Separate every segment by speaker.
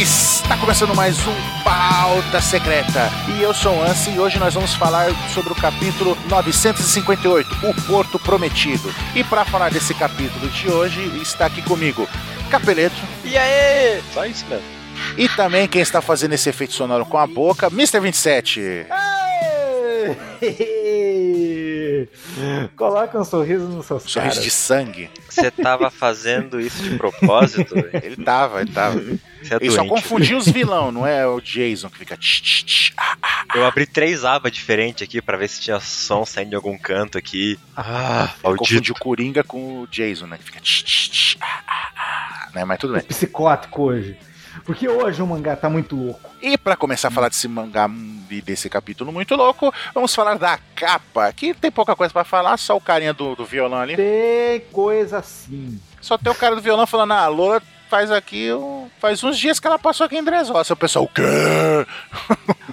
Speaker 1: Está começando mais um Pauta Secreta. E eu sou o Ansi e hoje nós vamos falar sobre o capítulo 958, O Porto Prometido. E para falar desse capítulo de hoje, está aqui comigo Capeleto.
Speaker 2: E aí? Só isso mesmo.
Speaker 1: E também quem está fazendo esse efeito sonoro com a boca, Mr. 27.
Speaker 3: Coloca um sorriso no seu
Speaker 1: Sorriso de sangue.
Speaker 2: Você tava fazendo isso de propósito? velho?
Speaker 1: Ele tava, ele tava.
Speaker 2: Você é
Speaker 1: Ele só
Speaker 2: doente.
Speaker 1: confundiu os vilão, não é o Jason que fica. tch, tch, tch, ah, ah.
Speaker 2: Eu abri três abas diferentes aqui pra ver se tinha som saindo de algum canto aqui. Ah, maldito.
Speaker 1: Confundiu o Coringa com o Jason, né? Que fica. tch, tch, tch, ah, ah, ah, né? Mas tudo bem.
Speaker 3: psicótico hoje. Porque hoje o mangá tá muito louco.
Speaker 1: E pra começar a falar desse mangá hum, e desse capítulo muito louco, vamos falar da capa, que tem pouca coisa pra falar, só o carinha do, do violão ali.
Speaker 3: Tem coisa assim.
Speaker 1: Só tem o cara do violão falando, ah, a Lola faz aqui, um- faz uns dias que ela passou aqui em Dresdócia. O pessoal, o quê?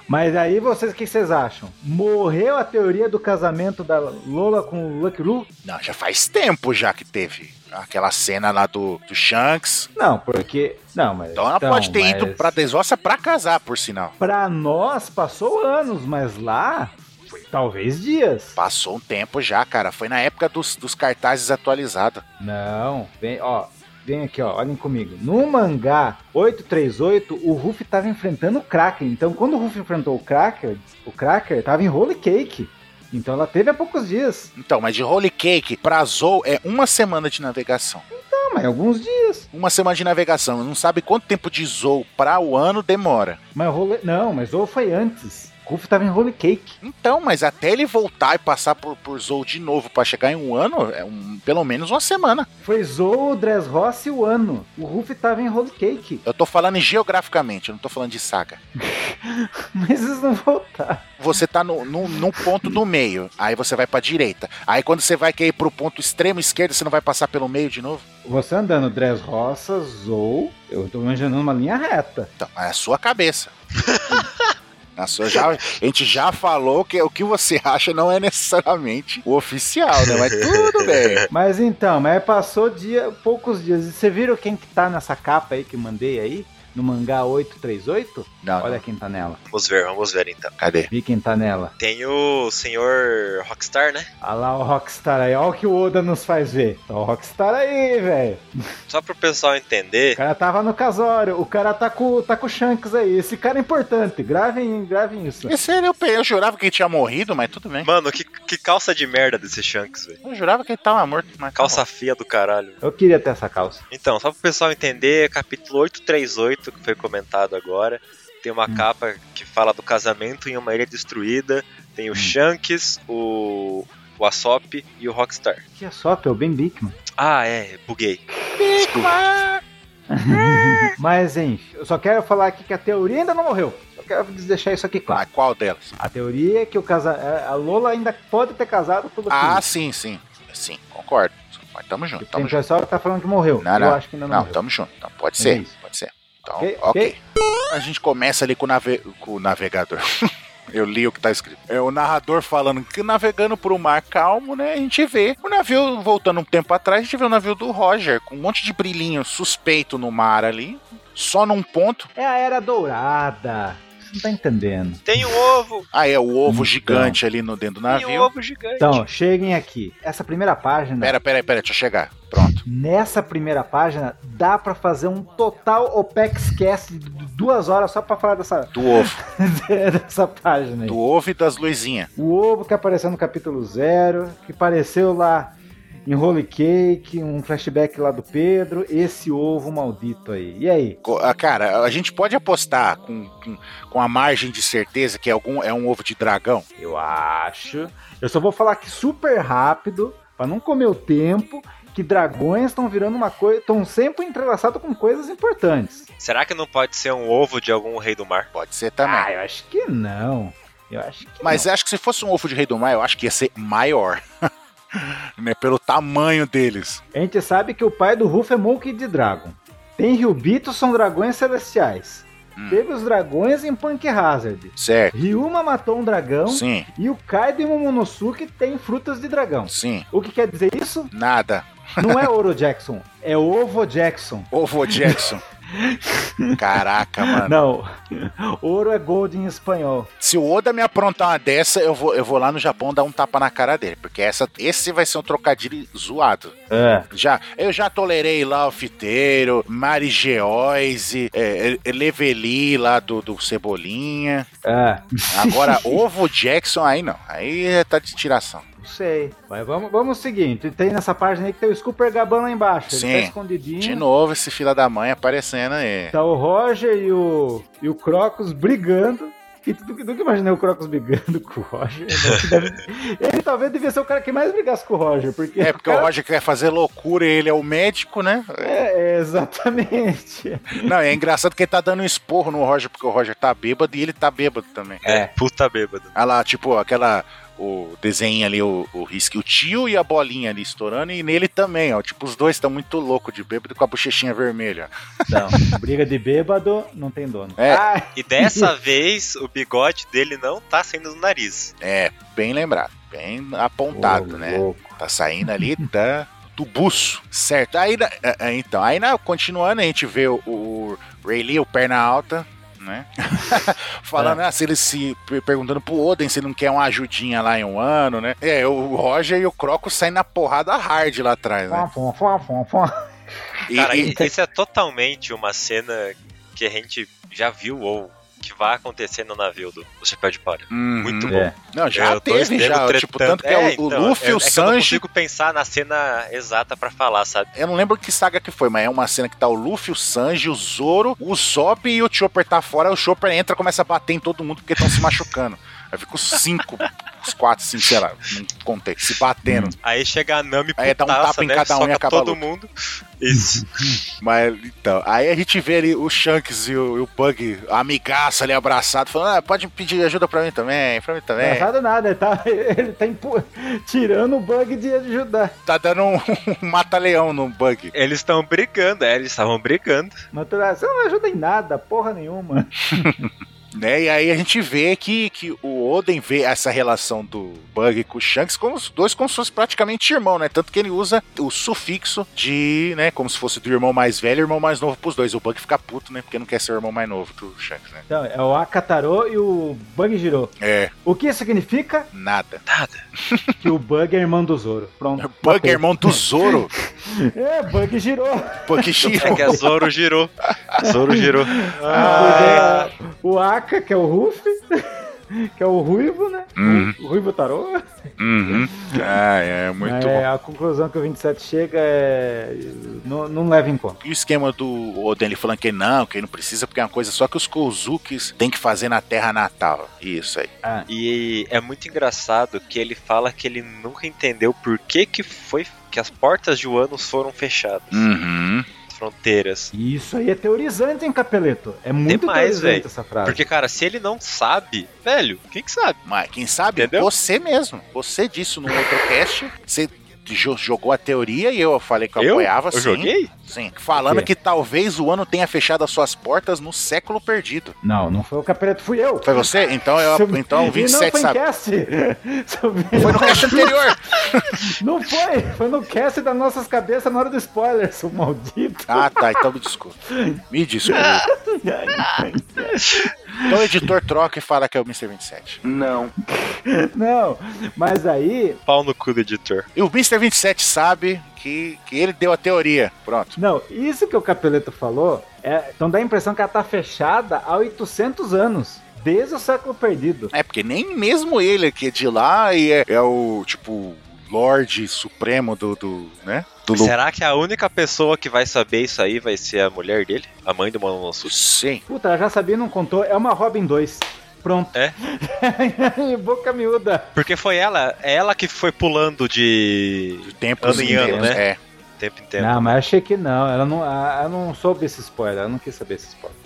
Speaker 3: Mas aí vocês, o que vocês acham? Morreu a teoria do casamento da Lola com o Lucky Lu?
Speaker 1: Não, já faz tempo já que teve aquela cena lá do, do Shanks.
Speaker 3: Não, porque. Não, mas.
Speaker 1: Então ela pode ter
Speaker 3: mas-
Speaker 1: ido pra Dresdócia pra casar, por sinal.
Speaker 3: Pra nós passou anos, mas lá. foi Talvez dias.
Speaker 1: Passou um tempo já, cara. Foi na época dos, dos cartazes atualizados.
Speaker 3: Não, vem, ó. Vem aqui, ó, olhem comigo. No mangá 838, o Ruff tava enfrentando o Kraken. Então, quando o Ruff enfrentou o Kraken, o Kraken tava em Holy Cake. Então, ela teve há poucos dias.
Speaker 1: Então, mas de Holy Cake pra Zou é uma semana de navegação.
Speaker 3: Não, mas alguns dias.
Speaker 1: Uma semana de navegação, não sabe quanto tempo de Zou pra o ano demora.
Speaker 3: Mas Holy... Não, mas ou foi antes. O Ruff tava em Holy Cake.
Speaker 1: Então, mas até ele voltar e passar por, por Zou de novo pra chegar em um ano, é um- pelo menos uma semana.
Speaker 3: Foi Zou, Dressrosa e o Ano. O Ruff tava em Holy Cake.
Speaker 1: Eu tô falando geograficamente, eu não tô falando de saga.
Speaker 3: Mas eles não voltaram.
Speaker 1: Você tá no, no, num ponto do meio, aí você vai pra direita. Aí quando você vai querer ir pro ponto extremo esquerdo, você não vai passar pelo meio de novo?
Speaker 3: Você andando Dressrosa, Zou... Eu tô imaginando uma linha reta.
Speaker 1: Então, é a sua cabeça. A sua já, a gente já falou que o que você acha não é necessariamente o oficial, né? Mas tudo bem.
Speaker 3: Mas então, mas passou dia, poucos dias. E você viram quem que tá nessa capa aí que eu mandei aí? No mangá 838?
Speaker 1: Não,
Speaker 3: Olha quem tá nela.
Speaker 2: Vamos ver, vamos ver então.
Speaker 1: cadê?
Speaker 3: Vi quem tá nela.
Speaker 2: Tem o senhor Rockstar, né?
Speaker 3: Olha lá o Rockstar aí. Olha o que o Oda nos faz ver. Tá o Rockstar aí, velho.
Speaker 2: Só pro pessoal
Speaker 3: O
Speaker 2: entender,
Speaker 3: cara tava no casório. O cara tá com, tá com o Shanks aí. Esse cara é importante. Gravem, gravem isso.
Speaker 1: Esse era, eu, pe- eu jurava que ele tinha morrido, mas tudo bem.
Speaker 2: mano, que, que calça de merda desse Shanks, velho.
Speaker 1: Eu jurava que ele tava morto. Mas tá
Speaker 2: Calça feia do caralho.
Speaker 3: Eu queria ter essa calça.
Speaker 2: Então, só pro pessoal entender, capítulo 838, que foi comentado agora, tem uma
Speaker 3: Hum.
Speaker 2: capa que fala do casamento em uma ilha destruída, tem o
Speaker 3: Hum.
Speaker 2: Shanks, o, o Aesop e o Rockstar.
Speaker 3: Que é só, pelo Ben Bickman.
Speaker 2: Ah, é, buguei.
Speaker 3: Mas enfim, eu só quero falar aqui que a teoria ainda não morreu. Só quero deixar isso aqui
Speaker 1: bom.
Speaker 3: claro.
Speaker 1: Ah, qual delas?
Speaker 3: A teoria é que o casa... a Lola ainda pode ter casado com o Luffy.
Speaker 1: Ah, sim, sim. Sim, concordo. Mas tamo junto,
Speaker 3: Tem
Speaker 1: tamo junto.
Speaker 3: pessoal que tá falando que morreu.
Speaker 1: Não,
Speaker 3: eu
Speaker 1: não.
Speaker 3: acho que ainda não,
Speaker 1: Não,
Speaker 3: morreu.
Speaker 1: tamo junto. Então, pode
Speaker 3: É
Speaker 1: ser,
Speaker 3: isso.
Speaker 1: pode ser. Então,
Speaker 3: Ok,
Speaker 1: ok. A gente começa ali com o, nave... com o navegador. Eu li o que tá escrito. É o narrador falando que navegando por um mar calmo, né? A gente vê o navio, voltando um tempo atrás, a gente vê o navio do Roger, com um monte de brilhinho suspeito no mar ali, só num ponto.
Speaker 3: É a Era Dourada. Você não tá entendendo.
Speaker 2: Tem um ovo!
Speaker 1: Ah, é o ovo
Speaker 3: Então.
Speaker 1: gigante ali no dentro do
Speaker 2: Tem um
Speaker 1: navio.
Speaker 2: ovo gigante!
Speaker 3: Então, cheguem aqui. Essa primeira página.
Speaker 1: Pera, pera, pera, deixa eu chegar. Pronto.
Speaker 3: Nessa primeira página, dá pra fazer um total OPEX cast de duas horas só pra falar dessa,
Speaker 1: Do ovo.
Speaker 3: dessa página aí.
Speaker 1: Do ovo e das luzinhas.
Speaker 3: O ovo que apareceu no capítulo zero, que apareceu lá em Holy Cake, um flashback lá do Pedro, esse ovo maldito aí. E aí?
Speaker 1: Co- ah, Cara, a gente pode apostar com, com, com a margem de certeza que é, algum, é um ovo de dragão?
Speaker 3: Eu acho. Eu só vou falar aqui super rápido, pra não comer o tempo, que dragões estão virando uma coisa. estão sempre entrelaçados com coisas importantes.
Speaker 2: Será que não pode ser um ovo de algum rei do mar?
Speaker 1: Pode ser também.
Speaker 3: Ah, eu acho que não. Eu acho que
Speaker 1: Mas acho que se fosse um ovo de rei do mar, eu acho que ia ser maior. Né, Pelo tamanho deles.
Speaker 3: não. A gente sabe que o pai do Ruff é Monkey de Dragon. Tem Ryubito, são dragões celestiais.
Speaker 1: Hum.
Speaker 3: Teve os dragões em Punk Hazard.
Speaker 1: Certo.
Speaker 3: Ryuma matou um dragão.
Speaker 1: Sim,
Speaker 3: E o Kaido e Momonosuke tem frutas de dragão.
Speaker 1: sim.
Speaker 3: O que quer dizer isso?
Speaker 1: Nada.
Speaker 3: Não é Ouro Jackson, é Ovo Jackson.
Speaker 1: Ovo Jackson. Caraca, mano.
Speaker 3: Não, ouro é gold em espanhol.
Speaker 1: Se o Oda me aprontar uma dessa, eu vou, eu vou lá no Japão dar um tapa na cara dele, porque essa, esse vai ser um trocadilho zoado.
Speaker 3: É.
Speaker 1: Já, eu já tolerei lá o fiteiro, Marigeoise, é, é, Leveli lá do, do Cebolinha.
Speaker 3: É,
Speaker 1: Agora, Ovo Jackson aí não. Aí é- tá de tiração.
Speaker 3: não sei. Mas vamos, vamos o seguinte: tem nessa página aí que tem o Scooper Gaban lá embaixo.
Speaker 1: Sim.
Speaker 3: Ele tá escondidinho.
Speaker 1: De novo, esse fila da mãe aparecendo aí.
Speaker 3: Tá o Roger e o, e o Crocus brigando. E tu nunca nunca imaginei o Crocus brigando com o Roger. né? Que deve- Ele talvez devia ser o cara que mais brigasse com o Roger. Porque
Speaker 1: É, porque o
Speaker 3: cara-
Speaker 1: Roger quer fazer loucura e ele é o médico, né?
Speaker 3: É, é, exatamente.
Speaker 1: Não, é engraçado que ele tá dando um esporro no Roger, porque o Roger tá bêbado e ele tá bêbado também.
Speaker 2: É, puta bêbado.
Speaker 1: Olha lá, tipo, aquela. O desenho ali, o, o risco, o tio e a bolinha ali estourando, e nele também, ó. Tipo, os dois estão muito loucos de bêbado com a bochechinha vermelha.
Speaker 3: Não, briga de bêbado não tem dono.
Speaker 1: É.
Speaker 3: Ah,
Speaker 2: E dessa vez o bigode dele não tá saindo do nariz.
Speaker 1: É, bem lembrado, bem apontado,
Speaker 3: ô,
Speaker 1: né?
Speaker 3: louco.
Speaker 1: Tá saindo ali da, do buço, certo? Aí, na- é, é, então, aí na, continuando, a gente vê o, o Ray Lee, o perna alta, né? Falando, ah, se ele se per- perguntando pro Oden se ele não quer uma ajudinha lá em um ano, né? É, o Roger e o Croco saem na porrada hard lá atrás, né?
Speaker 3: Fom, fom, fom, fom, fom.
Speaker 1: E-
Speaker 2: Cara,
Speaker 1: e-
Speaker 2: e- isso é totalmente uma cena que a gente já viu ou que vai acontecer no navio do, do Chapéu de Palha.
Speaker 1: Uhum.
Speaker 2: muito
Speaker 3: É.
Speaker 1: Não, já
Speaker 2: Eu tô
Speaker 1: teve,
Speaker 2: estendo
Speaker 1: já.
Speaker 2: tretando.
Speaker 1: Tipo, tanto que é, o, o
Speaker 2: então,
Speaker 1: Luffy,
Speaker 2: é-
Speaker 1: o
Speaker 2: é que Eu não
Speaker 1: Sanji.
Speaker 2: consigo pensar na cena exata pra falar, sabe?
Speaker 1: Eu não lembro que saga que foi, mas é uma cena que tá o Luffy, o Sanji, o Zoro, o Zop e o Chopper tá fora. O Chopper entra e começa a bater em todo mundo porque estão se machucando. Aí fica os cinco, os quatro, cinco, sei lá, não contei, se batendo.
Speaker 2: Aí chega a Nami
Speaker 1: Aí dá um
Speaker 2: putaça,
Speaker 1: tapa em
Speaker 2: né?
Speaker 1: cada um e
Speaker 2: Soca
Speaker 1: acaba a Uhum.
Speaker 2: todo mundo. Isso.
Speaker 1: Mas então, aí a gente vê ali o Shanks e o, e o Bug, a amigaça ali abraçado, falando: ah, pode pedir ajuda pra mim também, pra mim
Speaker 2: É.
Speaker 1: também.
Speaker 3: Engraçado nada, ele tá, ele tá empu- tirando o bug de ajudar.
Speaker 1: Tá dando um, um mata-leão no Bug.
Speaker 2: Eles estão brigando, é, eles estavam brigando.
Speaker 3: Natural, você não ajuda em nada, porra nenhuma.
Speaker 1: né? E aí a gente vê que, que o Oden vê essa relação do Bug com o Shanks como os dois como se fossem praticamente irmão, né? Tanto que ele usa o sufixo de, né, como se fosse do irmão mais velho e irmão mais novo pros dois. O Bug fica puto, né? Porque não quer ser o irmão mais novo do Shanks, né?
Speaker 3: Então, é o Akatarô e o Bug girou.
Speaker 1: É,
Speaker 3: O que significa?
Speaker 1: nada.
Speaker 2: Nada.
Speaker 3: Que o Bug é irmão do Zoro. Pronto.
Speaker 1: Bug é irmão do Zoro,
Speaker 3: É, Bug girou.
Speaker 1: porque
Speaker 2: É que a Zoro girou. Zoro girou.
Speaker 1: Ah.
Speaker 3: Porque, uh, o Aka, que é o Ruffy, que é o Ruivo, né?
Speaker 1: Uhum.
Speaker 3: O Ruivo Tarô.
Speaker 1: Uhum. Ah, é
Speaker 3: Mas
Speaker 1: muito
Speaker 3: é,
Speaker 1: bom.
Speaker 3: A conclusão que o 27 chega é. Não, não leva em conta.
Speaker 1: E o esquema do Oden, ele falando que não, que não precisa, porque é uma coisa só que os Kouzukis têm que fazer na terra natal. Isso aí.
Speaker 2: E é muito engraçado que ele fala que ele nunca entendeu por que, que foi que as portas de Wano foram fechadas,
Speaker 1: Uhum.
Speaker 2: as fronteiras.
Speaker 3: Isso aí é teorizante, hein, Capeleto? É muito
Speaker 2: Demais,
Speaker 3: teorizante
Speaker 2: velho.
Speaker 3: essa frase.
Speaker 2: Porque, cara, se ele não sabe, velho, quem que sabe?
Speaker 1: Mas quem sabe
Speaker 2: Entendeu?
Speaker 1: você mesmo. Você disse no outro cast, você jo- jogou a teoria e eu falei que eu,
Speaker 2: Eu?
Speaker 1: apoiava,
Speaker 2: Eu
Speaker 1: sim.
Speaker 2: joguei?
Speaker 1: Sim. Falando
Speaker 3: O
Speaker 1: que
Speaker 3: quê?
Speaker 1: talvez o ano tenha fechado as suas portas no século perdido.
Speaker 3: Não, não foi o Capeleto, fui eu.
Speaker 1: Foi você? Então eu,
Speaker 3: Sobre-
Speaker 1: então o
Speaker 3: e não
Speaker 1: 27
Speaker 3: foi em
Speaker 1: sabe.
Speaker 3: cast. Sobre-
Speaker 1: Foi no cast anterior.
Speaker 3: Não foi, foi no cast das nossas cabeças na hora do spoiler, seu maldito.
Speaker 1: Ah, tá. Então me desculpa. Me desculpa. Então o editor troca e fala que é o Mr. 27.
Speaker 3: Não, mas aí,
Speaker 2: Pau no cu do editor.
Speaker 1: E o Mr. 27 sabe que, que ele deu a teoria. Pronto.
Speaker 3: não, isso que o Capeleto falou, é- então dá a impressão que ela tá fechada há 800 anos, desde o século perdido.
Speaker 1: É, porque nem mesmo ele que é de lá e é, é o, tipo, Lorde Supremo do, do né? Do Lu-
Speaker 2: Será que a única pessoa que vai saber isso aí vai ser a mulher dele? A mãe do Momonosuke?
Speaker 1: Sim.
Speaker 3: Puta, ela já sabia e não contou, é uma Robin 2. Pronto.
Speaker 2: É?
Speaker 3: Boca miúda.
Speaker 2: Porque foi ela, é ela que foi pulando de
Speaker 1: Do tempo
Speaker 2: Ano em ano, né?
Speaker 1: É.
Speaker 2: tempo em tempo.
Speaker 3: Não, mas achei que não, ela não, a- ela não soube esse spoiler, ela não quis saber esse spoiler.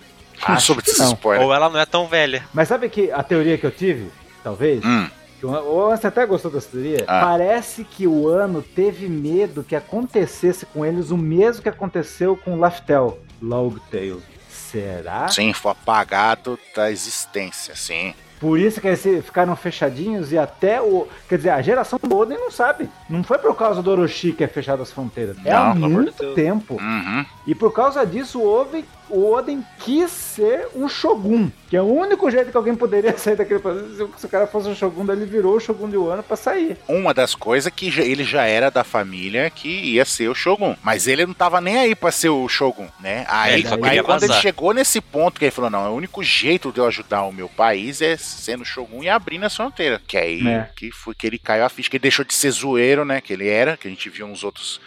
Speaker 1: Não soube
Speaker 3: que
Speaker 1: desse
Speaker 3: não.
Speaker 1: spoiler.
Speaker 2: Ou ela não é tão velha.
Speaker 3: Mas sabe que a teoria que eu tive, talvez,
Speaker 1: Hum.
Speaker 3: que o o Anson até gostou dessa teoria,
Speaker 1: Ah.
Speaker 3: parece que o ano teve medo que acontecesse com eles o mesmo que aconteceu com o Laftel, Longtail. Será?
Speaker 1: Sim, foi apagado da existência, sim.
Speaker 3: Por isso que eles ficaram fechadinhos e até o. Quer dizer, a geração do Oden não sabe. Não foi por causa do Orochi que é fechado as fronteiras. é
Speaker 1: Não,
Speaker 3: há
Speaker 2: pelo amor de
Speaker 3: muito
Speaker 2: Deus. Hum.
Speaker 3: tempo.
Speaker 1: Uhum.
Speaker 3: E por causa disso, o Oden, o Oden quis ser um Shogun. Que é o único jeito que alguém poderia sair daquele país. Se o- Se o cara fosse um Shogun, daí ele virou o Shogun de Wano pra sair.
Speaker 1: Uma das coisas que já- ele já era da família que ia ser o Shogun. Mas ele não tava nem aí pra ser o Shogun, né?
Speaker 2: É,
Speaker 1: Aí,
Speaker 2: ele só
Speaker 1: aí
Speaker 2: queria
Speaker 1: quando ele
Speaker 2: vazar.
Speaker 1: chegou nesse ponto que ele falou: não, o único jeito de eu ajudar o meu país é sendo Shogun e abrindo a fronteira. Que aí
Speaker 3: É.
Speaker 1: que foi que ele caiu a ficha, que ele deixou de ser zoeiro, né? Que ele era, que a gente viu nos outros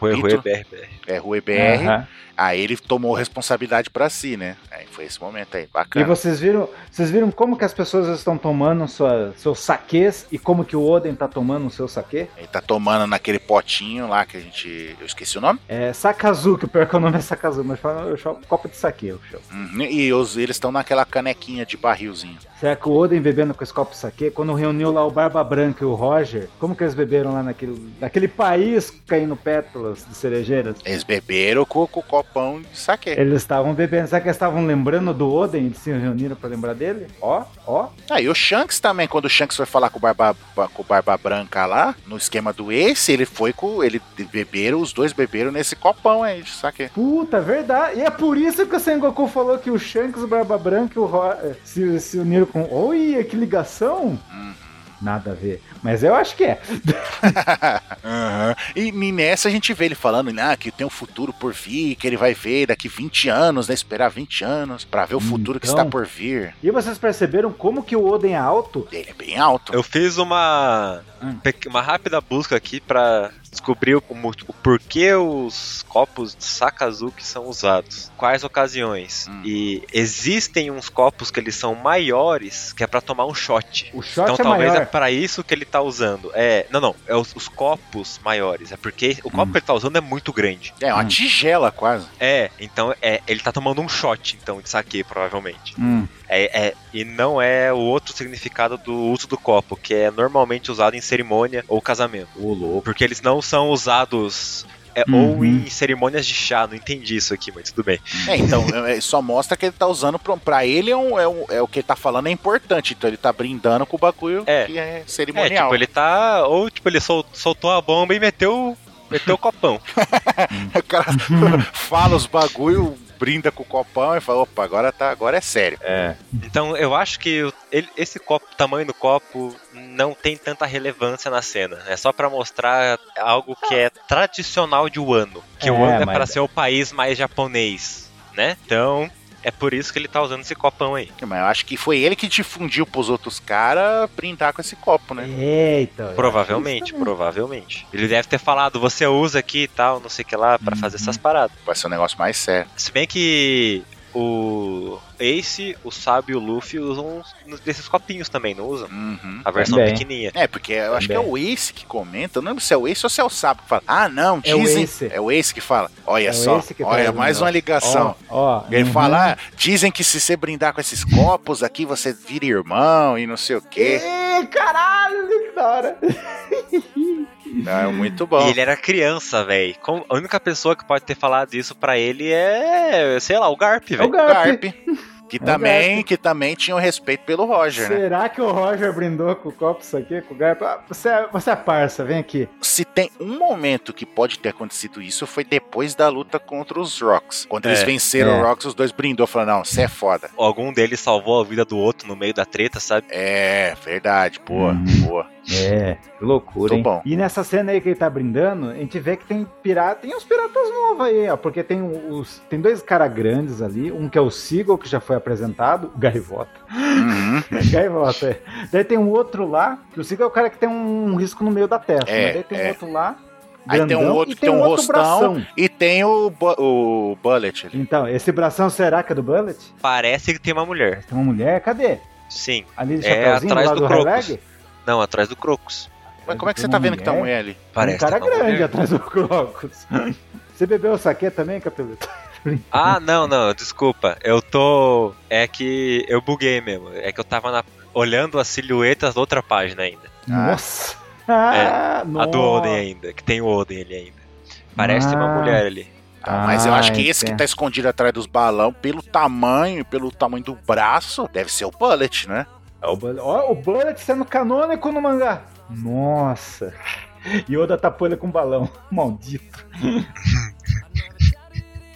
Speaker 2: Foi Rui
Speaker 1: capítulos.
Speaker 2: BRBR.
Speaker 1: É, Rui BR.
Speaker 3: Aham.
Speaker 1: Aí ele tomou responsabilidade pra si, né? Aí foi esse momento aí,
Speaker 3: E
Speaker 1: bacana.
Speaker 3: vocês viram, vocês viram como que as pessoas estão tomando sua, seus saques e como que o Oden tá tomando o seu saque?
Speaker 1: Ele tá tomando naquele potinho lá que a gente. Eu esqueci o nome.
Speaker 3: É Sakazu, que o pior que o nome é Sakazu, mas fala- eu chamo copo de saque, eu chamo.
Speaker 1: Uhum, E os- eles estão naquela canequinha de barrilzinho.
Speaker 3: Será que o Oden bebendo com esse copo de saque, quando reuniu lá o Barba Branca e o Roger, como que eles beberam lá naquele, naquele país caindo pétalas de cerejeiras?
Speaker 1: Eles beberam com, com o copão de saque.
Speaker 3: Eles estavam bebendo, será que eles estavam lembrando do Oden? Eles se reuniram pra lembrar dele? Ó, ó.
Speaker 1: Aí o Shanks também, quando o Shanks foi falar com o Barba, com o Barba Branca lá, no esquema do Ace, ele foi com. Ele beberam, os dois beberam nesse copão aí de saque.
Speaker 3: Puta, verdade. E é por isso que o Sengoku falou que o Shanks, o Barba Branca e o Ro eh, se, se uniram com. Oi, que ligação!
Speaker 1: Uhum.
Speaker 3: Nada a ver. Mas eu acho que é.
Speaker 1: Aham. E e nessa a gente vê ele falando ah, que tem um futuro por vir, que ele vai ver daqui 20 anos, né? Esperar 20 anos pra ver o futuro que
Speaker 3: Então.
Speaker 1: está por vir.
Speaker 3: E vocês perceberam como que o Oden é alto?
Speaker 1: Ele é bem alto.
Speaker 2: Eu fiz uma,
Speaker 3: Hum.
Speaker 2: pe- uma rápida busca aqui pra descobrir o, mo- o porquê os copos de Sakazuki são usados, quais ocasiões.
Speaker 1: Hum.
Speaker 2: E existem uns copos que eles são maiores que é pra tomar um shot.
Speaker 3: O short
Speaker 2: então
Speaker 3: é
Speaker 2: talvez é
Speaker 3: maior.
Speaker 2: pra isso que ele tá usando. É, não, não, é os, os copos maiores, é porque o copo que ele tá usando é muito grande.
Speaker 1: É uma
Speaker 3: Hum.
Speaker 1: tigela quase.
Speaker 2: É, então é, ele tá tomando um shot então de saque provavelmente.
Speaker 3: Hum.
Speaker 2: É, é- e não é o outro significado do uso do copo, que é normalmente usado em cerimônia ou casamento.
Speaker 3: Ô, louco.
Speaker 2: Porque eles não são usados. é,
Speaker 3: Uhum.
Speaker 2: Ou em cerimônias de chá, não entendi isso aqui, mas tudo bem.
Speaker 1: É, então, é, é, só mostra que ele tá usando pra, pra ele é, um, é, um- é o que ele tá falando é importante, então ele tá brindando com o bagulho
Speaker 2: É.
Speaker 1: que é
Speaker 2: É,
Speaker 1: cerimonial.
Speaker 2: tipo, ele tá. Ou tipo, ele sol- soltou a bomba e meteu. Meteu o copão.
Speaker 1: O cara fala os bagulho, brinda com o copão e fala, opa, agora tá, agora é sério.
Speaker 3: É.
Speaker 2: Então eu acho que o- ele- esse copo, o tamanho do copo não tem tanta relevância na cena. É só pra mostrar algo que é tradicional de Wano. Que
Speaker 3: É,
Speaker 2: Wano é
Speaker 3: mas-
Speaker 2: pra ser o país mais japonês, né? Então é por isso que ele tá usando esse copão aí.
Speaker 1: Mas eu acho que foi ele que difundiu pros outros caras brindar com esse copo, né?
Speaker 3: Eita. eu acho
Speaker 2: Provavelmente,
Speaker 3: isso
Speaker 2: provavelmente. Ele deve ter falado, você usa aqui e tal, não sei o que lá, pra
Speaker 3: Uhum.
Speaker 2: fazer essas paradas.
Speaker 1: Vai ser um negócio mais sério.
Speaker 2: Se bem que o Ace, o Sábio e o Luffy usam uns desses copinhos também, não usam?
Speaker 1: Uhum.
Speaker 2: A versão
Speaker 3: Também.
Speaker 2: pequenininha.
Speaker 1: É, porque eu acho que é o Ace que comenta, eu não lembro se é o Ace ou se é o Sapo que fala. Ah, não,
Speaker 3: É o
Speaker 1: dizem.
Speaker 3: Ace.
Speaker 1: É o Ace que fala. Olha
Speaker 3: É o
Speaker 1: só,
Speaker 3: Ace que tá
Speaker 1: olha,
Speaker 3: usando.
Speaker 1: mais uma ligação.
Speaker 3: Ó, ó.
Speaker 1: Ele
Speaker 3: Uhum.
Speaker 1: fala, ah, dizem que se você brindar com esses copos aqui, você vira irmão e não sei o quê.
Speaker 3: Ê, caralho, que da hora.
Speaker 1: Não, é muito
Speaker 2: E
Speaker 1: bom.
Speaker 2: ele era criança, velho. A única pessoa que pode ter falado isso pra ele é, sei lá, o Garp,
Speaker 3: É o
Speaker 2: velho.
Speaker 3: Garp.
Speaker 1: Garp.
Speaker 3: É
Speaker 1: Que também, que também tinha um respeito pelo Roger, né?
Speaker 3: Será que o Roger brindou com o copo isso aqui? Com o Garp? Ah, você, é, você é parça, vem aqui.
Speaker 1: Se tem um momento que pode ter acontecido isso, foi depois da luta contra os Rocks. Quando eles
Speaker 2: É.
Speaker 1: venceram
Speaker 3: É.
Speaker 1: o Rocks, os dois brindou, falando, não, você é foda.
Speaker 2: Algum deles salvou a vida do outro no meio da treta, sabe?
Speaker 1: É, verdade, boa,
Speaker 3: Uhum.
Speaker 1: boa.
Speaker 3: É, que loucura,
Speaker 1: Tô bom.
Speaker 3: E nessa cena aí que ele tá brindando, a gente vê que tem pirata, tem uns piratas novos aí, ó, porque tem um, os tem dois caras grandes ali, um que é o Seagull, que já foi apresentado, o Gaivota.
Speaker 1: Uhum.
Speaker 3: Gaivota, é. Daí tem um outro lá, que o Seagull é o cara que tem um risco no meio da testa,
Speaker 1: É,
Speaker 3: né? Daí tem
Speaker 1: é.
Speaker 3: um outro lá,
Speaker 1: Aí tem um
Speaker 3: grandão,
Speaker 1: outro
Speaker 3: e
Speaker 1: que tem um
Speaker 3: outro
Speaker 1: rostão.
Speaker 3: bração.
Speaker 1: E tem o, Bu- o Bullet ali.
Speaker 3: Então, esse bração será que é do Bullet?
Speaker 2: Parece que tem uma mulher.
Speaker 3: Tem uma mulher, cadê?
Speaker 2: Sim.
Speaker 3: Ali de
Speaker 2: É,
Speaker 3: chapeuzinho,
Speaker 2: atrás
Speaker 3: lá
Speaker 2: do
Speaker 3: do,
Speaker 2: Crocus.
Speaker 3: Highleg?
Speaker 2: Não, atrás do Crocus.
Speaker 1: Mas como é que você tá vendo que tem uma mulher ali?
Speaker 2: Parece tá
Speaker 3: um cara
Speaker 2: que tem uma
Speaker 3: grande
Speaker 2: mulher.
Speaker 3: atrás do Crocus. Você bebeu o saquê também, Capelito?
Speaker 2: Ah, não, não, desculpa. Eu tô. É que eu buguei mesmo. É que eu tava na- olhando as silhuetas da outra página ainda.
Speaker 3: Nossa! Ah,
Speaker 2: A do Oden ainda, que tem o Oden ali ainda. Parece ter uma
Speaker 3: Ah.
Speaker 2: mulher ali.
Speaker 1: Tá, mas eu
Speaker 3: Ah,
Speaker 1: acho que esse que
Speaker 3: entendo.
Speaker 1: tá escondido atrás dos balão, pelo tamanho, e pelo tamanho do braço, deve ser o Bullet, né?
Speaker 3: Ó, o Bullet, ó, o Bullet sendo canônico no mangá. Nossa. Yoda tapou ele com um balão. Maldito.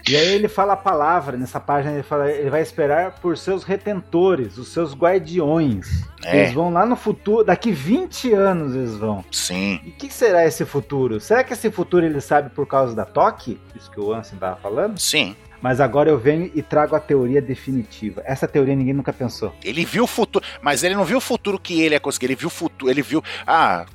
Speaker 3: E aí ele fala a palavra nessa página, ele fala, ele vai esperar por seus retentores, os seus guardiões.
Speaker 1: É.
Speaker 3: Eles vão lá no futuro, daqui 20 anos eles vão.
Speaker 1: Sim.
Speaker 3: E o que será esse futuro? Será que esse futuro ele sabe por causa da Toque? Isso que o Ansem tava falando?
Speaker 1: Sim.
Speaker 3: Mas agora eu venho e trago a teoria definitiva. Essa teoria ninguém nunca pensou.
Speaker 1: Ele viu o futuro, mas ele não viu o futuro que ele ia conseguir. Ele viu o futuro, ele viu. Ah,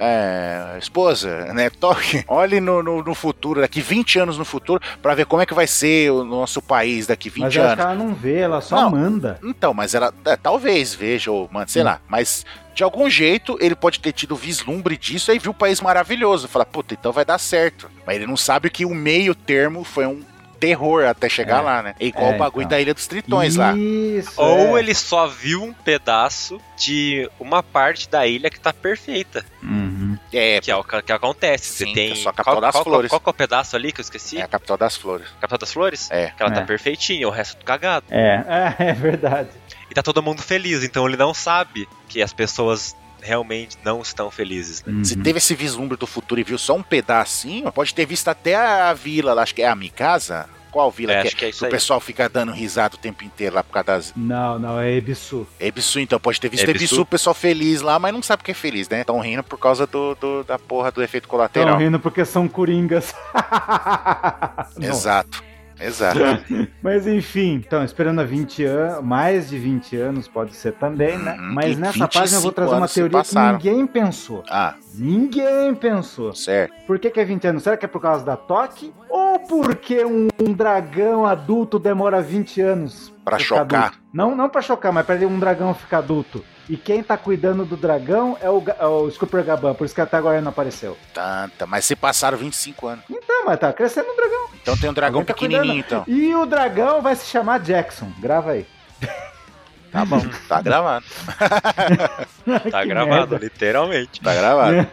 Speaker 1: é, esposa, né? Toque, olhe no, no, no futuro, daqui 20 anos no futuro, pra ver como é que vai ser o nosso país daqui 20
Speaker 3: Mas eu acho
Speaker 1: anos.
Speaker 3: que ela não vê, ela só
Speaker 1: Não.
Speaker 3: manda.
Speaker 1: Então, mas ela é, talvez veja, ou mano,
Speaker 3: Hum.
Speaker 1: sei lá, mas de algum jeito ele pode ter tido vislumbre disso aí viu o país maravilhoso. Fala, puta, então vai dar certo. Mas ele não sabe que o meio termo foi um terror até chegar
Speaker 3: É.
Speaker 1: lá, né? É igual
Speaker 3: É,
Speaker 1: o bagulho
Speaker 3: então.
Speaker 1: da Ilha dos Tritões lá.
Speaker 3: Isso.
Speaker 2: Ou
Speaker 3: é.
Speaker 2: ele só viu um pedaço de uma parte da ilha que tá perfeita.
Speaker 3: Uhum.
Speaker 1: É,
Speaker 2: Que é o que, que acontece. Você
Speaker 1: Sim,
Speaker 2: tem.
Speaker 1: que é só a capital das
Speaker 2: qual,
Speaker 1: flores.
Speaker 2: Qual, qual que é o pedaço ali que eu esqueci?
Speaker 1: é a capital das flores.
Speaker 2: Capital das Flores?
Speaker 1: É.
Speaker 2: Que ela tá
Speaker 3: É.
Speaker 2: perfeitinha, o resto tudo cagado.
Speaker 3: É, é, é verdade.
Speaker 2: E tá todo mundo feliz, então ele não sabe que as pessoas realmente não estão felizes. né?
Speaker 1: Se
Speaker 3: Uhum.
Speaker 1: teve esse vislumbre do futuro e viu só um pedacinho, pode ter visto até a vila lá, acho que é a Mikasa? Qual vila
Speaker 2: É,
Speaker 1: que é?
Speaker 2: acho que é isso
Speaker 1: o
Speaker 2: aí.
Speaker 1: pessoal fica dando risada o tempo inteiro lá por causa das.
Speaker 3: Não, não, é Ebisu.
Speaker 1: Ebisu, então, pode ter visto
Speaker 2: Ebisu.
Speaker 1: Ebisu, o pessoal feliz lá, mas não sabe o que é feliz, né? Estão rindo por causa do, do- da porra do efeito
Speaker 3: Estão
Speaker 1: colateral.
Speaker 3: rindo porque são coringas. Não.
Speaker 1: Exato. Exato.
Speaker 3: Mas enfim, então, esperando há 20 anos, mais de 20 anos pode ser também, né?
Speaker 1: Uhum,
Speaker 3: Mas
Speaker 1: e
Speaker 3: nessa
Speaker 1: 25
Speaker 3: página eu vou trazer uma
Speaker 1: anos se
Speaker 3: teoria que
Speaker 1: passaram.
Speaker 3: ninguém pensou.
Speaker 1: ah, tá
Speaker 3: Ninguém pensou.
Speaker 1: certo.
Speaker 3: Por que, que é 20 anos? Será que é por causa da Toque? Ou porque um, um dragão adulto demora 20 anos
Speaker 1: Pra
Speaker 3: ficar
Speaker 1: chocar.
Speaker 3: adulto? Não, não pra chocar, mas pra ele um dragão ficar adulto. E quem tá cuidando do dragão é o, Ga- é o Scooper Gaban, por isso que até agora não apareceu.
Speaker 1: Tanta. Tá, Mas se passaram 25 anos.
Speaker 3: Então, mas tá crescendo um dragão.
Speaker 1: Então tem um dragão
Speaker 3: Alguém tá
Speaker 1: pequenininho, então.
Speaker 3: E o dragão vai se chamar Jackson. Grava aí.
Speaker 1: Tá bom. Tá gravado.
Speaker 2: Tá
Speaker 3: Que
Speaker 2: gravado,
Speaker 3: merda.
Speaker 2: literalmente.
Speaker 1: Tá gravado.
Speaker 3: É.